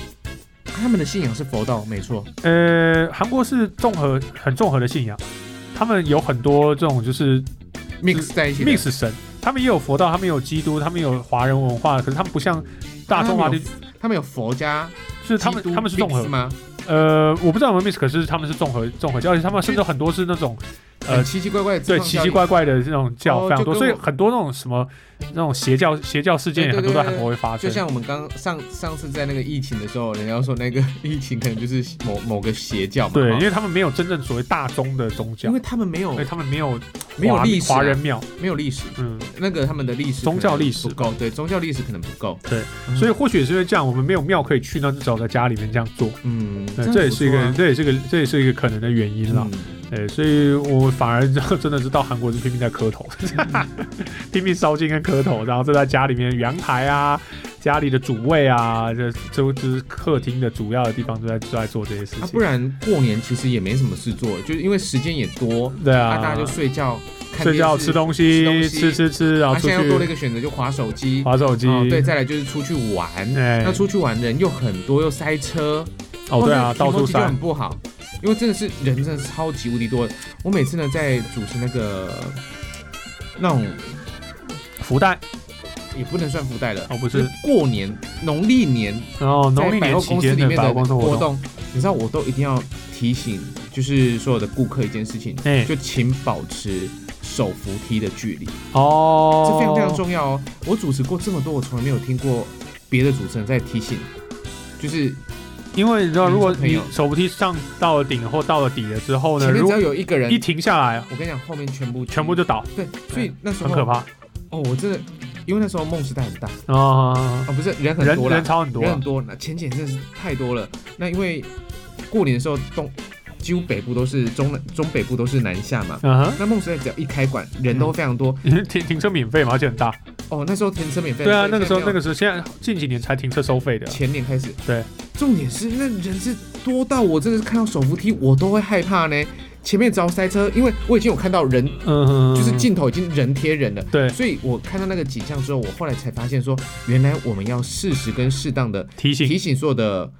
Speaker 2: 他们的信仰是佛道，没错，
Speaker 1: 呃，韩国是综合很综合的信仰，他们有很多这种就是
Speaker 2: mix 在一起的
Speaker 1: mix 神，他们也有佛道，他们也有基督，他们也有华人文化，可是他们不像大中华地，
Speaker 2: 他们有佛家，
Speaker 1: 就是他们
Speaker 2: 基督
Speaker 1: 他们是综合
Speaker 2: mix，吗？
Speaker 1: 呃，我不知道有没有 mix，可是他们是综合综合教，而且他们甚至很多是那种呃
Speaker 2: 呃，奇奇怪怪的自
Speaker 1: 对
Speaker 2: 创
Speaker 1: 奇
Speaker 2: 教
Speaker 1: 奇
Speaker 2: 育，
Speaker 1: 怪怪的这种教
Speaker 2: 哦
Speaker 1: 非常多，
Speaker 2: 就
Speaker 1: 所
Speaker 2: 跟
Speaker 1: 以
Speaker 2: 我
Speaker 1: 很多那种什么那种邪教邪教事件也
Speaker 2: 对对
Speaker 1: 很多在
Speaker 2: 对对
Speaker 1: 韩国会发
Speaker 2: 就
Speaker 1: 生。
Speaker 2: 像我们刚上上次在那个疫情的时候，人家说那个疫情可能就是某某个邪教嘛，
Speaker 1: 对，
Speaker 2: 哈
Speaker 1: 因为他哎们没有真正所谓大宗的宗教
Speaker 2: 因，为他们没有
Speaker 1: 所以他们没有
Speaker 2: 没有
Speaker 1: 华
Speaker 2: 历史啊
Speaker 1: 华人庙，
Speaker 2: 没有历史，
Speaker 1: 嗯，
Speaker 2: 那个他们的历史
Speaker 1: 宗教历史
Speaker 2: 可能不够，对，宗教历史可能不够，嗯
Speaker 1: 所以或许也是因为这样，我们没有庙可以去，那就只好在家里面这样做。
Speaker 2: 嗯，
Speaker 1: 对，
Speaker 2: 真的
Speaker 1: 这也
Speaker 2: 不
Speaker 1: 是一
Speaker 2: 错
Speaker 1: 个，啊
Speaker 2: 啊嗯
Speaker 1: 这也是个，这也是一个可能的原因啦。对，所以我反而真的是到韩国是
Speaker 2: [LAUGHS]
Speaker 1: 拼命在磕头，拼命烧金跟磕头，然后就在家里面阳台啊，家里的主位啊，这这就是客厅的主要的地方都在都在做这些事情。
Speaker 2: 啊，不然过年其实也没什么事做，就是因为时间也多，
Speaker 1: 对
Speaker 2: 啊，
Speaker 1: 啊，
Speaker 2: 大家就睡觉、看
Speaker 1: 睡觉、
Speaker 2: 电视
Speaker 1: 吃东西、
Speaker 2: 吃东西
Speaker 1: 吃吃吃，然
Speaker 2: 啊，
Speaker 1: 后出
Speaker 2: 现在又多了一
Speaker 1: 去
Speaker 2: 个选择，就划手机。
Speaker 1: 划手机。
Speaker 2: 哦，对，再来就是出去玩。
Speaker 1: 哎
Speaker 2: 那出去玩人又很多，又塞车。
Speaker 1: 哦，对啊，
Speaker 2: 那
Speaker 1: 到处
Speaker 2: emoji 就
Speaker 1: 散
Speaker 2: 很。不好，因为真的是人真的是超级无敌多的。我每次呢在主持那个那种
Speaker 1: 福袋
Speaker 2: 也不能算福袋了，
Speaker 1: 哦不
Speaker 2: 就是是过年农历年
Speaker 1: 然后农历
Speaker 2: 在百
Speaker 1: 年
Speaker 2: 货
Speaker 1: 期
Speaker 2: 公司
Speaker 1: 间
Speaker 2: 里
Speaker 1: 的
Speaker 2: 面
Speaker 1: 百
Speaker 2: 的
Speaker 1: 货公司活
Speaker 2: 活
Speaker 1: 动，
Speaker 2: 动，你知道我都一定要提醒，就是所有的顾客一件事情，
Speaker 1: 哎
Speaker 2: 就请保持手扶梯的距离，
Speaker 1: 哦，
Speaker 2: 这非常非常重要哦。我主持过这么多，我从来没有听过别的主持人在提醒，就是
Speaker 1: 因为你知道，
Speaker 2: 嗯
Speaker 1: 如果
Speaker 2: 小朋
Speaker 1: 你
Speaker 2: 友
Speaker 1: 手扶梯上到了顶或到了底了之后呢，
Speaker 2: 前面
Speaker 1: 如果
Speaker 2: 只要有一个人
Speaker 1: 一，停下来，
Speaker 2: 我跟你讲，后面全部
Speaker 1: 全部就倒，
Speaker 2: 对，所以那时候
Speaker 1: 很可怕
Speaker 2: 哦，我真的，因为那时候梦时代很大啊，
Speaker 1: 啊！
Speaker 2: 不是人很
Speaker 1: 人
Speaker 2: 多啦
Speaker 1: 人超很多
Speaker 2: 人
Speaker 1: 啊
Speaker 2: 很，多，那前几年真的是太多了。那因为过年的时候东几乎北部都是中南中北部都是南下嘛，
Speaker 1: 嗯哼，
Speaker 2: 那梦时代只要一开馆，人都非常多。
Speaker 1: [LAUGHS] 停停车免费嘛，而且很大。
Speaker 2: 哦，那时候停车免费，
Speaker 1: 嗯对啊，
Speaker 2: 所以
Speaker 1: 那个时候
Speaker 2: 现
Speaker 1: 那个时候，
Speaker 2: 在没有
Speaker 1: 现在近几年才停车收费的。
Speaker 2: 前年开始，
Speaker 1: 对，
Speaker 2: 重点是那人是多到我真的是看到手扶梯我都会害怕呢。前面只要塞车，因为我已经有看到人，
Speaker 1: 嗯哼，
Speaker 2: 就是镜头已经人贴人了。
Speaker 1: 对
Speaker 2: 所以我看到那个景象之后，我后来才发现说，原来我们要适时跟适当的
Speaker 1: 提
Speaker 2: 提
Speaker 1: 醒，
Speaker 2: 醒所有的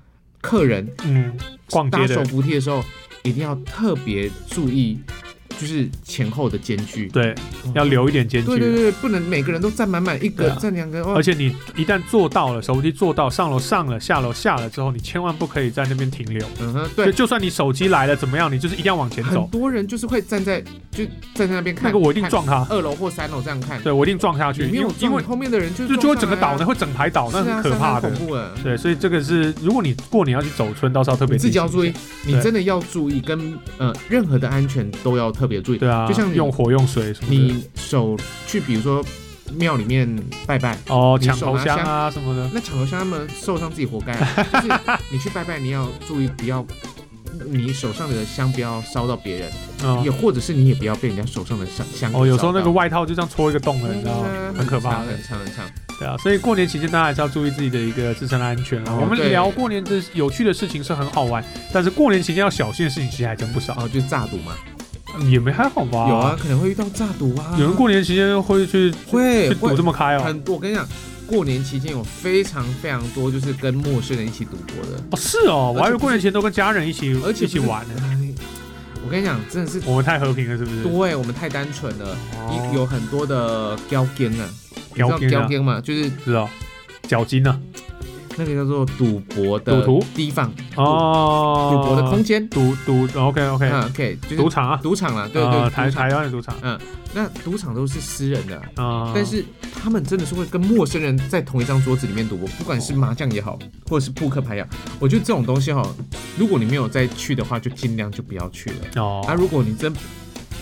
Speaker 2: 客人
Speaker 1: 嗯，逛街
Speaker 2: 搭
Speaker 1: 的
Speaker 2: 手扶梯的时候，一定要特别注意，就是前后的间距，
Speaker 1: 对，
Speaker 2: 嗯
Speaker 1: 要。留一点间
Speaker 2: 对对
Speaker 1: 距。
Speaker 2: 对，不能每个人都站满满，一
Speaker 1: 对
Speaker 2: 个
Speaker 1: 啊
Speaker 2: 站两个，
Speaker 1: 而
Speaker 2: 哦，
Speaker 1: 且你一旦做到了手扶梯做到上楼上了下楼下了之后，你千万不可以在那边停留。
Speaker 2: 嗯哼，
Speaker 1: 就
Speaker 2: 对，
Speaker 1: 就算你手机来了怎么样，你就是一定要往前
Speaker 2: 很
Speaker 1: 走。
Speaker 2: 多人就是会站在就站在那边看，
Speaker 1: 那个我一定撞他
Speaker 2: 看，二楼或三楼这样看，
Speaker 1: 对我一定撞下去，
Speaker 2: 你没
Speaker 1: 因
Speaker 2: 有
Speaker 1: 为因
Speaker 2: 撞，
Speaker 1: 为
Speaker 2: 你后面的人就
Speaker 1: 就就会整个倒
Speaker 2: 倒
Speaker 1: 呢，，会整排倒，那
Speaker 2: 是
Speaker 1: 很
Speaker 2: 啊
Speaker 1: 可怕
Speaker 2: 是
Speaker 1: 的
Speaker 2: 啊很。恐怖了。
Speaker 1: 对，所以这个是，如果你过年要去走村，到时候特别
Speaker 2: 你自己要注
Speaker 1: 提
Speaker 2: 意
Speaker 1: 醒一，
Speaker 2: 你
Speaker 1: 对
Speaker 2: 真的要注意，跟呃任何的安全都要特别注意。
Speaker 1: 下。对啊，
Speaker 2: 就像你
Speaker 1: 用火用水什么的，
Speaker 2: 你手去，比如说庙里面拜拜，
Speaker 1: 哦，
Speaker 2: 你
Speaker 1: 抢
Speaker 2: 手
Speaker 1: 头
Speaker 2: 拿
Speaker 1: 香啊什么的，
Speaker 2: 那抢头香他们受伤自己活该、啊。就是你去拜拜，你要注意不要你手上的香不要烧到别人，
Speaker 1: 嗯
Speaker 2: 也，或者是你也不要被人家手上的香香
Speaker 1: 哦，有时候那个
Speaker 2: 味
Speaker 1: 外套就这样戳一个洞了，你知道吗？
Speaker 2: 嗯
Speaker 1: 很可怕
Speaker 2: 很长很长。
Speaker 1: 对啊，所以过年期间大家还是要注意自己的一个自身的安全啦。
Speaker 2: 哦
Speaker 1: 我们
Speaker 2: 对
Speaker 1: 聊过年的有趣的事情是很好玩，但是过年期间要小心的事情其实还真不少，
Speaker 2: 哦，就是炸赌嘛，
Speaker 1: 也没还好吧？
Speaker 2: 有啊，，可能会遇到炸赌啊。
Speaker 1: 有人过年期间会去
Speaker 2: 会
Speaker 1: 去 [LAUGHS] 赌
Speaker 2: 会
Speaker 1: 这么开哦？
Speaker 2: 很多，我跟你讲。过年期间有非常非常多，就是跟陌生人一起赌博的，
Speaker 1: 哦，是哦，我还以为过年前都跟家人一起
Speaker 2: 而且
Speaker 1: 一起
Speaker 2: 不是
Speaker 1: 玩呢。
Speaker 2: 哎 [LAUGHS] 我跟你讲，真的是
Speaker 1: 我们太和平了，是不是？
Speaker 2: 对我们太单纯了。
Speaker 1: 哦
Speaker 2: 一有很多的雕game 啊，你知道
Speaker 1: 聊天
Speaker 2: 雕
Speaker 1: 啊，
Speaker 2: game 嘛，就是
Speaker 1: 是哦，脚筋啊，
Speaker 2: 那个叫做赌博的
Speaker 1: 赌徒
Speaker 2: 地方，
Speaker 1: 哦，
Speaker 2: 赌博的空间，
Speaker 1: 赌赌，OK OK，
Speaker 2: 嗯，OK，就是
Speaker 1: 赌场啊，
Speaker 2: 赌场啦，对
Speaker 1: 啊
Speaker 2: 对，
Speaker 1: 台
Speaker 2: 赌场
Speaker 1: 台。湾的赌场
Speaker 2: 那赌场都是私人的啊，
Speaker 1: 啊，
Speaker 2: 但是他们真的是会跟陌生人在同一张桌子里面赌博，不管是麻将也好，或者是扑克牌也好，我觉得这种东西哈，如果你没有再去的话，就尽量就不要去了。
Speaker 1: 哦
Speaker 2: 那、，如果你真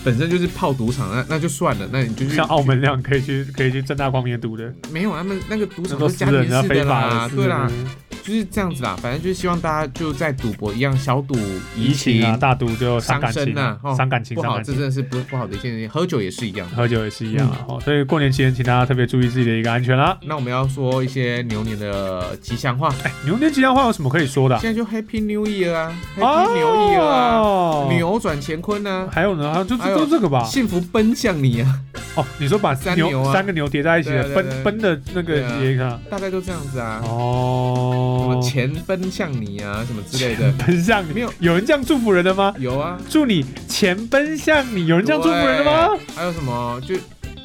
Speaker 2: 本身就是泡赌场，那那就算了，那你就去
Speaker 1: 像澳门那样可以去可以去正大光明赌的，
Speaker 2: 没有啊，那那个赌
Speaker 1: 那
Speaker 2: 场
Speaker 1: 都
Speaker 2: 都
Speaker 1: 私
Speaker 2: 是家庭
Speaker 1: 人的啊
Speaker 2: 式
Speaker 1: 非
Speaker 2: 的
Speaker 1: 法的
Speaker 2: 啦，
Speaker 1: 私人啊
Speaker 2: 对啦
Speaker 1: 的，
Speaker 2: 就是这样子啦。反正就是希望大家就在赌博一样，小赌
Speaker 1: 怡
Speaker 2: 怡
Speaker 1: 情啊，大赌就伤感
Speaker 2: 伤
Speaker 1: 情
Speaker 2: 身啊哦
Speaker 1: 伤感情，
Speaker 2: 不
Speaker 1: 伤
Speaker 2: 好，
Speaker 1: 感
Speaker 2: 这
Speaker 1: 情
Speaker 2: 真。的是嗯不不好的一件事情。喝酒也是一样。
Speaker 1: 喝酒也是一样啊，哦，所以过年期间，请大家特别注意自己的一个安全啦。
Speaker 2: 那我们要说一些牛年的吉祥话，
Speaker 1: 哎，牛年吉祥话有什么可以说的啊？
Speaker 2: 现在就 Happy New Year 啊，Happy New Year 啊，
Speaker 1: 哦
Speaker 2: 扭转乾坤啊，
Speaker 1: 还有呢，啊就
Speaker 2: 还
Speaker 1: 就
Speaker 2: 有
Speaker 1: 就这个吧。
Speaker 2: 幸福奔向你啊，
Speaker 1: 哦，你说把
Speaker 2: 三牛
Speaker 1: 牛
Speaker 2: 啊
Speaker 1: 三个牛叠在一起
Speaker 2: 对啊
Speaker 1: 的，
Speaker 2: 对啊
Speaker 1: 奔奔的那个
Speaker 2: 对啊
Speaker 1: 也看
Speaker 2: 大概都这样子啊，什么
Speaker 1: 哦，
Speaker 2: 钱奔向你啊，什么之类的，
Speaker 1: 奔向
Speaker 2: 没
Speaker 1: 你
Speaker 2: 有，
Speaker 1: 有人这样祝福人的吗？
Speaker 2: 有啊，
Speaker 1: 祝你钱奔向你，有人这样祝福人的吗？
Speaker 2: 对？还有什么就？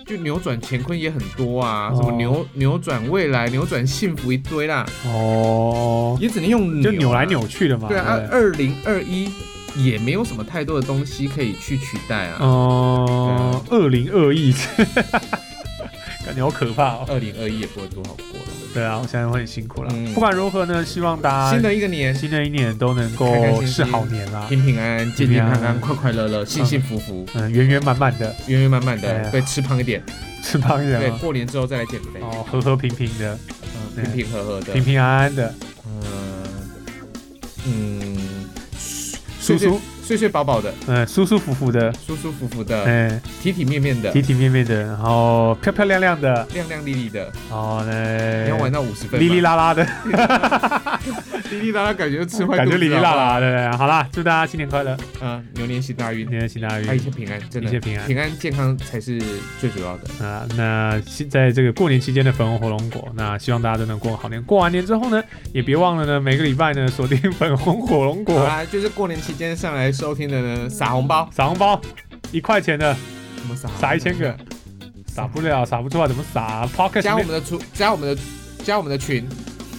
Speaker 2: 就扭转乾坤也很多啊，什么
Speaker 1: 哦
Speaker 2: 扭扭转未来、扭转幸福一堆啦，
Speaker 1: 哦，
Speaker 2: 也只能用扭、
Speaker 1: 就扭来。扭哎去的嘛。
Speaker 2: 啊对啊
Speaker 1: 不，
Speaker 2: 二零二一也没有什么太多的东西可以去取代啊。
Speaker 1: 哦，二零二亿，
Speaker 2: [LAUGHS]
Speaker 1: 感觉好可怕哦。
Speaker 2: 二零二一也不会多好过了。
Speaker 1: 对啊啊，我现在会很辛苦了。
Speaker 2: 嗯
Speaker 1: 不管如何呢，希望大
Speaker 2: 新
Speaker 1: 家
Speaker 2: 的一个年，
Speaker 1: 新的一年都能够
Speaker 2: 开开心心
Speaker 1: 是好年啦，
Speaker 2: 平平安安、健
Speaker 1: 平
Speaker 2: 健
Speaker 1: 安
Speaker 2: 康康、快快乐乐、幸幸福福、
Speaker 1: 嗯，圆圆满满的，
Speaker 2: 圆圆满满
Speaker 1: 哎呀
Speaker 2: 的。对，吃胖一点。
Speaker 1: 吃胖一
Speaker 2: 对
Speaker 1: 点，啊，
Speaker 2: 过年之后再来减肥，
Speaker 1: 哦，和和平平的，
Speaker 2: 嗯平平和和的
Speaker 1: 平。平安安的，
Speaker 2: 嗯嗯，
Speaker 1: 舒
Speaker 2: 对
Speaker 1: 舒
Speaker 2: 睡睡饱饱的，
Speaker 1: 呃，舒舒服服的，
Speaker 2: 舒舒服服的，
Speaker 1: 嗯，
Speaker 2: 体体面面的
Speaker 1: 体，体面面的，然后漂漂亮亮的，
Speaker 2: 亮亮丽丽的，
Speaker 1: 然后
Speaker 2: 你要玩
Speaker 1: 呢，
Speaker 2: 到五十分吗，
Speaker 1: 哩哩啦啦的，
Speaker 2: 哩哩啦啦，感觉就吃坏
Speaker 1: 感
Speaker 2: 肚
Speaker 1: 觉
Speaker 2: 子
Speaker 1: 哩哩啦啦
Speaker 2: 了
Speaker 1: 的。好啦，祝大家新年快乐，
Speaker 2: 啊！牛年行大运
Speaker 1: 新，年新大
Speaker 2: 啊，一
Speaker 1: 运
Speaker 2: 切平安，真
Speaker 1: 一
Speaker 2: 的
Speaker 1: 切平安
Speaker 2: 平安健康才是最主要的。
Speaker 1: 啊！那现在这个过年期间的粉红火龙果，那希望大家都能过好年。过完年之后呢，也别忘了呢，每个礼拜呢锁定粉红火龙
Speaker 2: 好 [LAUGHS]
Speaker 1: 果，
Speaker 2: 啦，就是过年期间上来收听的呢，撒红包，
Speaker 1: 撒红包一块钱的，
Speaker 2: 怎么撒？
Speaker 1: 撒一千个，撒不了，撒不出来怎么撒？Pocket [LAUGHS]
Speaker 2: 加我
Speaker 1: 里
Speaker 2: 们的群，加我们的，加我们的群，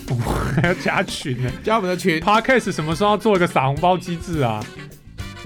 Speaker 1: 面还要加群呢。
Speaker 2: 加我们的群。
Speaker 1: Podcast 什么时候要做一个撒红包机制啊？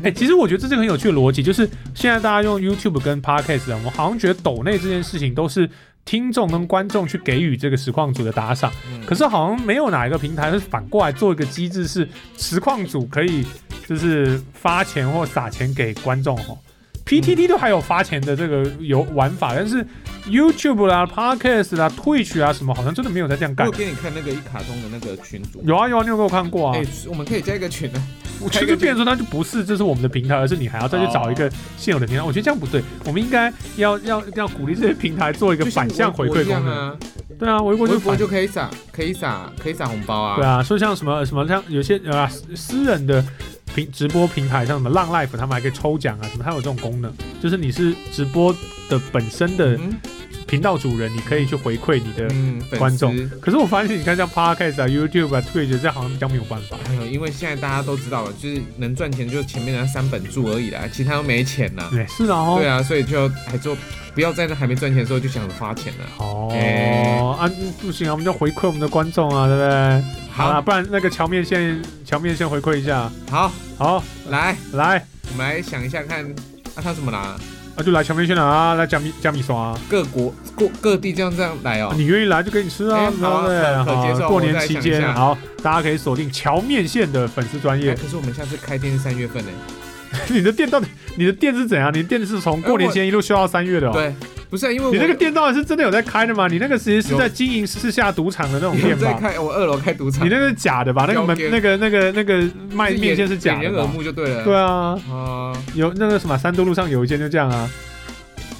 Speaker 1: 哎、其实我觉得这是个很有趣的逻辑，就是现在大家用 YouTube 跟 Podcast 啊，我好像觉得抖内这件事情都是听众跟观众去给予这个实况组的打赏，
Speaker 2: 嗯
Speaker 1: 可是好像没有哪一个平台是反过来做一个机制，是实况组可以就是发钱或撒钱给观众哦。PTT
Speaker 2: 嗯
Speaker 1: 都还有发钱的这个有玩法，但是 YouTube 啦、Podcast 啦、Twitch 啊什么，好像真的没有在这样
Speaker 2: 我
Speaker 1: 干
Speaker 2: 有。给你看那个一卡通的那个群主，
Speaker 1: 有啊有啊，你有给我看过啊？
Speaker 2: 哎、我们可以加一个哦群啊，
Speaker 1: 我其实变成说，那就不是这是我们的平台，而是你还要再去找一个现有的平台。我觉得这样不对，我们应该要要要鼓励这些平台做一个
Speaker 2: 就像
Speaker 1: 反向回
Speaker 2: 微博
Speaker 1: 馈
Speaker 2: 一样
Speaker 1: 功能。
Speaker 2: 啊，
Speaker 1: 对啊，微博
Speaker 2: 微
Speaker 1: 就
Speaker 2: 博
Speaker 1: 反
Speaker 2: 就可以撒，可以撒，可以撒红包啊。
Speaker 1: 对啊，说像什么什么像有些啊私私人的平直播平台，像什么浪 life，他们还可以抽奖啊什么，它有这种功能，就是你是直播的本身的
Speaker 2: 嗯
Speaker 1: 频道主人，你可以去回馈你的。
Speaker 2: 嗯，粉丝
Speaker 1: 观众可是我发现，你看像 podcast 啊、YouTube 啊、Twitch 这好像比较没有办法。
Speaker 2: 哎呦，因为现在大家都知道了，就是能赚钱就前面的那三本柱而已啦，其他都没钱啦。
Speaker 1: 对，是啊哦。
Speaker 2: 对啊，所以就还就不要在那还没赚钱的时候就想着花钱了。
Speaker 1: 哦、
Speaker 2: 哎
Speaker 1: 啊，不行啊，我们就回馈我们的观众啊，对不对？好了，
Speaker 2: 好
Speaker 1: 不然那个桥面线，桥面线回馈一下。
Speaker 2: 好，
Speaker 1: 好，
Speaker 2: 来，
Speaker 1: 来，
Speaker 2: 我们来想一下看，啊，他怎么拿？
Speaker 1: 啊，就来桥面线了啊，来加米加米刷、啊，
Speaker 2: 各国各各地这样这样来哦。
Speaker 1: 你愿意来就给你吃啊，
Speaker 2: 哎
Speaker 1: 对不对？
Speaker 2: 好可接受
Speaker 1: 过
Speaker 2: 我再
Speaker 1: 年期
Speaker 2: 想一
Speaker 1: 间，
Speaker 2: 下
Speaker 1: 好，大家可以锁定桥面线的粉丝专
Speaker 2: 哎
Speaker 1: 业。
Speaker 2: 可是我们下次开店是三月份呢。哎
Speaker 1: [LAUGHS] 你的店到底，你的店是怎样？你的店是从过年前一路修到三月的、哦。
Speaker 2: 对，不是啊哎因为我
Speaker 1: 你那个店到底是真的有在开的吗？你那个其实是在经营私下赌场的那种
Speaker 2: 有
Speaker 1: 店
Speaker 2: 在
Speaker 1: 吧？
Speaker 2: 开，我二楼开赌场
Speaker 1: 你，那个是假的吧？那个门
Speaker 2: 标签
Speaker 1: 那个那个那个卖
Speaker 2: 就是
Speaker 1: 面
Speaker 2: 掩
Speaker 1: 线是假
Speaker 2: 掩
Speaker 1: 的
Speaker 2: 人耳
Speaker 1: 吧？
Speaker 2: 目就对了。
Speaker 1: 对啊，
Speaker 2: 啊，
Speaker 1: 有那个什么三都路上有一间就这样啊，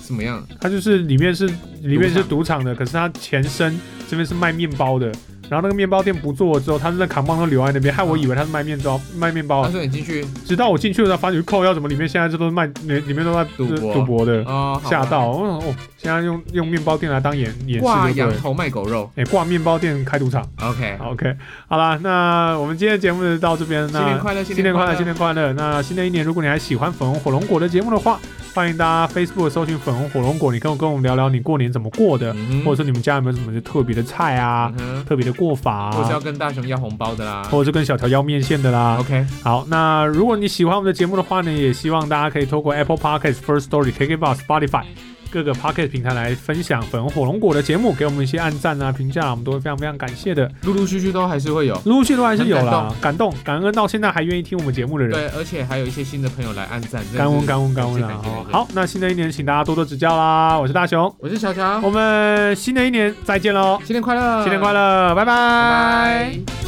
Speaker 2: 怎么样？
Speaker 1: 它就是里面是里面是赌场的，可是它前身这边是卖面包的，然后那个面包店不做了之后，它那扛棒都留在那边，害我以为它是卖面包卖面包的，
Speaker 2: 他啊说你进去
Speaker 1: 直到我进去的时候发觉扣要怎么里面现在这都是卖里里面都在
Speaker 2: 赌博
Speaker 1: 赌博的，
Speaker 2: 哦，好吧
Speaker 1: 吓到我想哦，现在用用面包店来当演演
Speaker 2: 挂
Speaker 1: 示就
Speaker 2: 羊
Speaker 1: 对了。
Speaker 2: 头卖狗肉。
Speaker 1: 哎，挂面包店开赌场
Speaker 2: OK，
Speaker 1: 好，OK，好啦，那我们今天的节目就到这边，
Speaker 2: 新
Speaker 1: 那
Speaker 2: 年快乐，
Speaker 1: 新年快乐，新年快乐！那新的一年，如果你还喜欢粉红火龙果的节目的话，欢迎大家 Facebook 搜寻粉红火龙果，你跟我跟我们聊聊你过年怎么过的，
Speaker 2: 嗯哼
Speaker 1: 或者说你们家有没有什么特别的菜啊
Speaker 2: 嗯，哼
Speaker 1: 特别的过法、
Speaker 2: 我是要
Speaker 1: 啊，
Speaker 2: 跟大雄要红包的啦。
Speaker 1: 或者是啊跟小条要面线的啦。
Speaker 2: OK，
Speaker 1: 好，那如果你喜欢我们的节目的话呢，也希望大家可以透过 Apple Podcast、First Story、KKBox、Spotify 各个 Podcast 平台来分享粉红火龙果的节目，给我们一些按赞啊、评价啊，我们都会非常非常感谢的。
Speaker 2: 陆陆续续都还是会有。
Speaker 1: 陆续都还是有
Speaker 2: 很
Speaker 1: 啦，感动、感恩到现在还愿意听我们节目的人。
Speaker 2: 对，而且还有一些新的朋友来按赞，真的是
Speaker 1: 干温干温干温
Speaker 2: 感
Speaker 1: 啊
Speaker 2: 谢感！谢
Speaker 1: 好，那新的一年请大家多多指教啦！我是大雄，
Speaker 2: 我是乔乔
Speaker 1: 哦我，们新的一年再见喽！
Speaker 2: 新年快乐，
Speaker 1: 新年快，乐，拜
Speaker 2: 拜拜。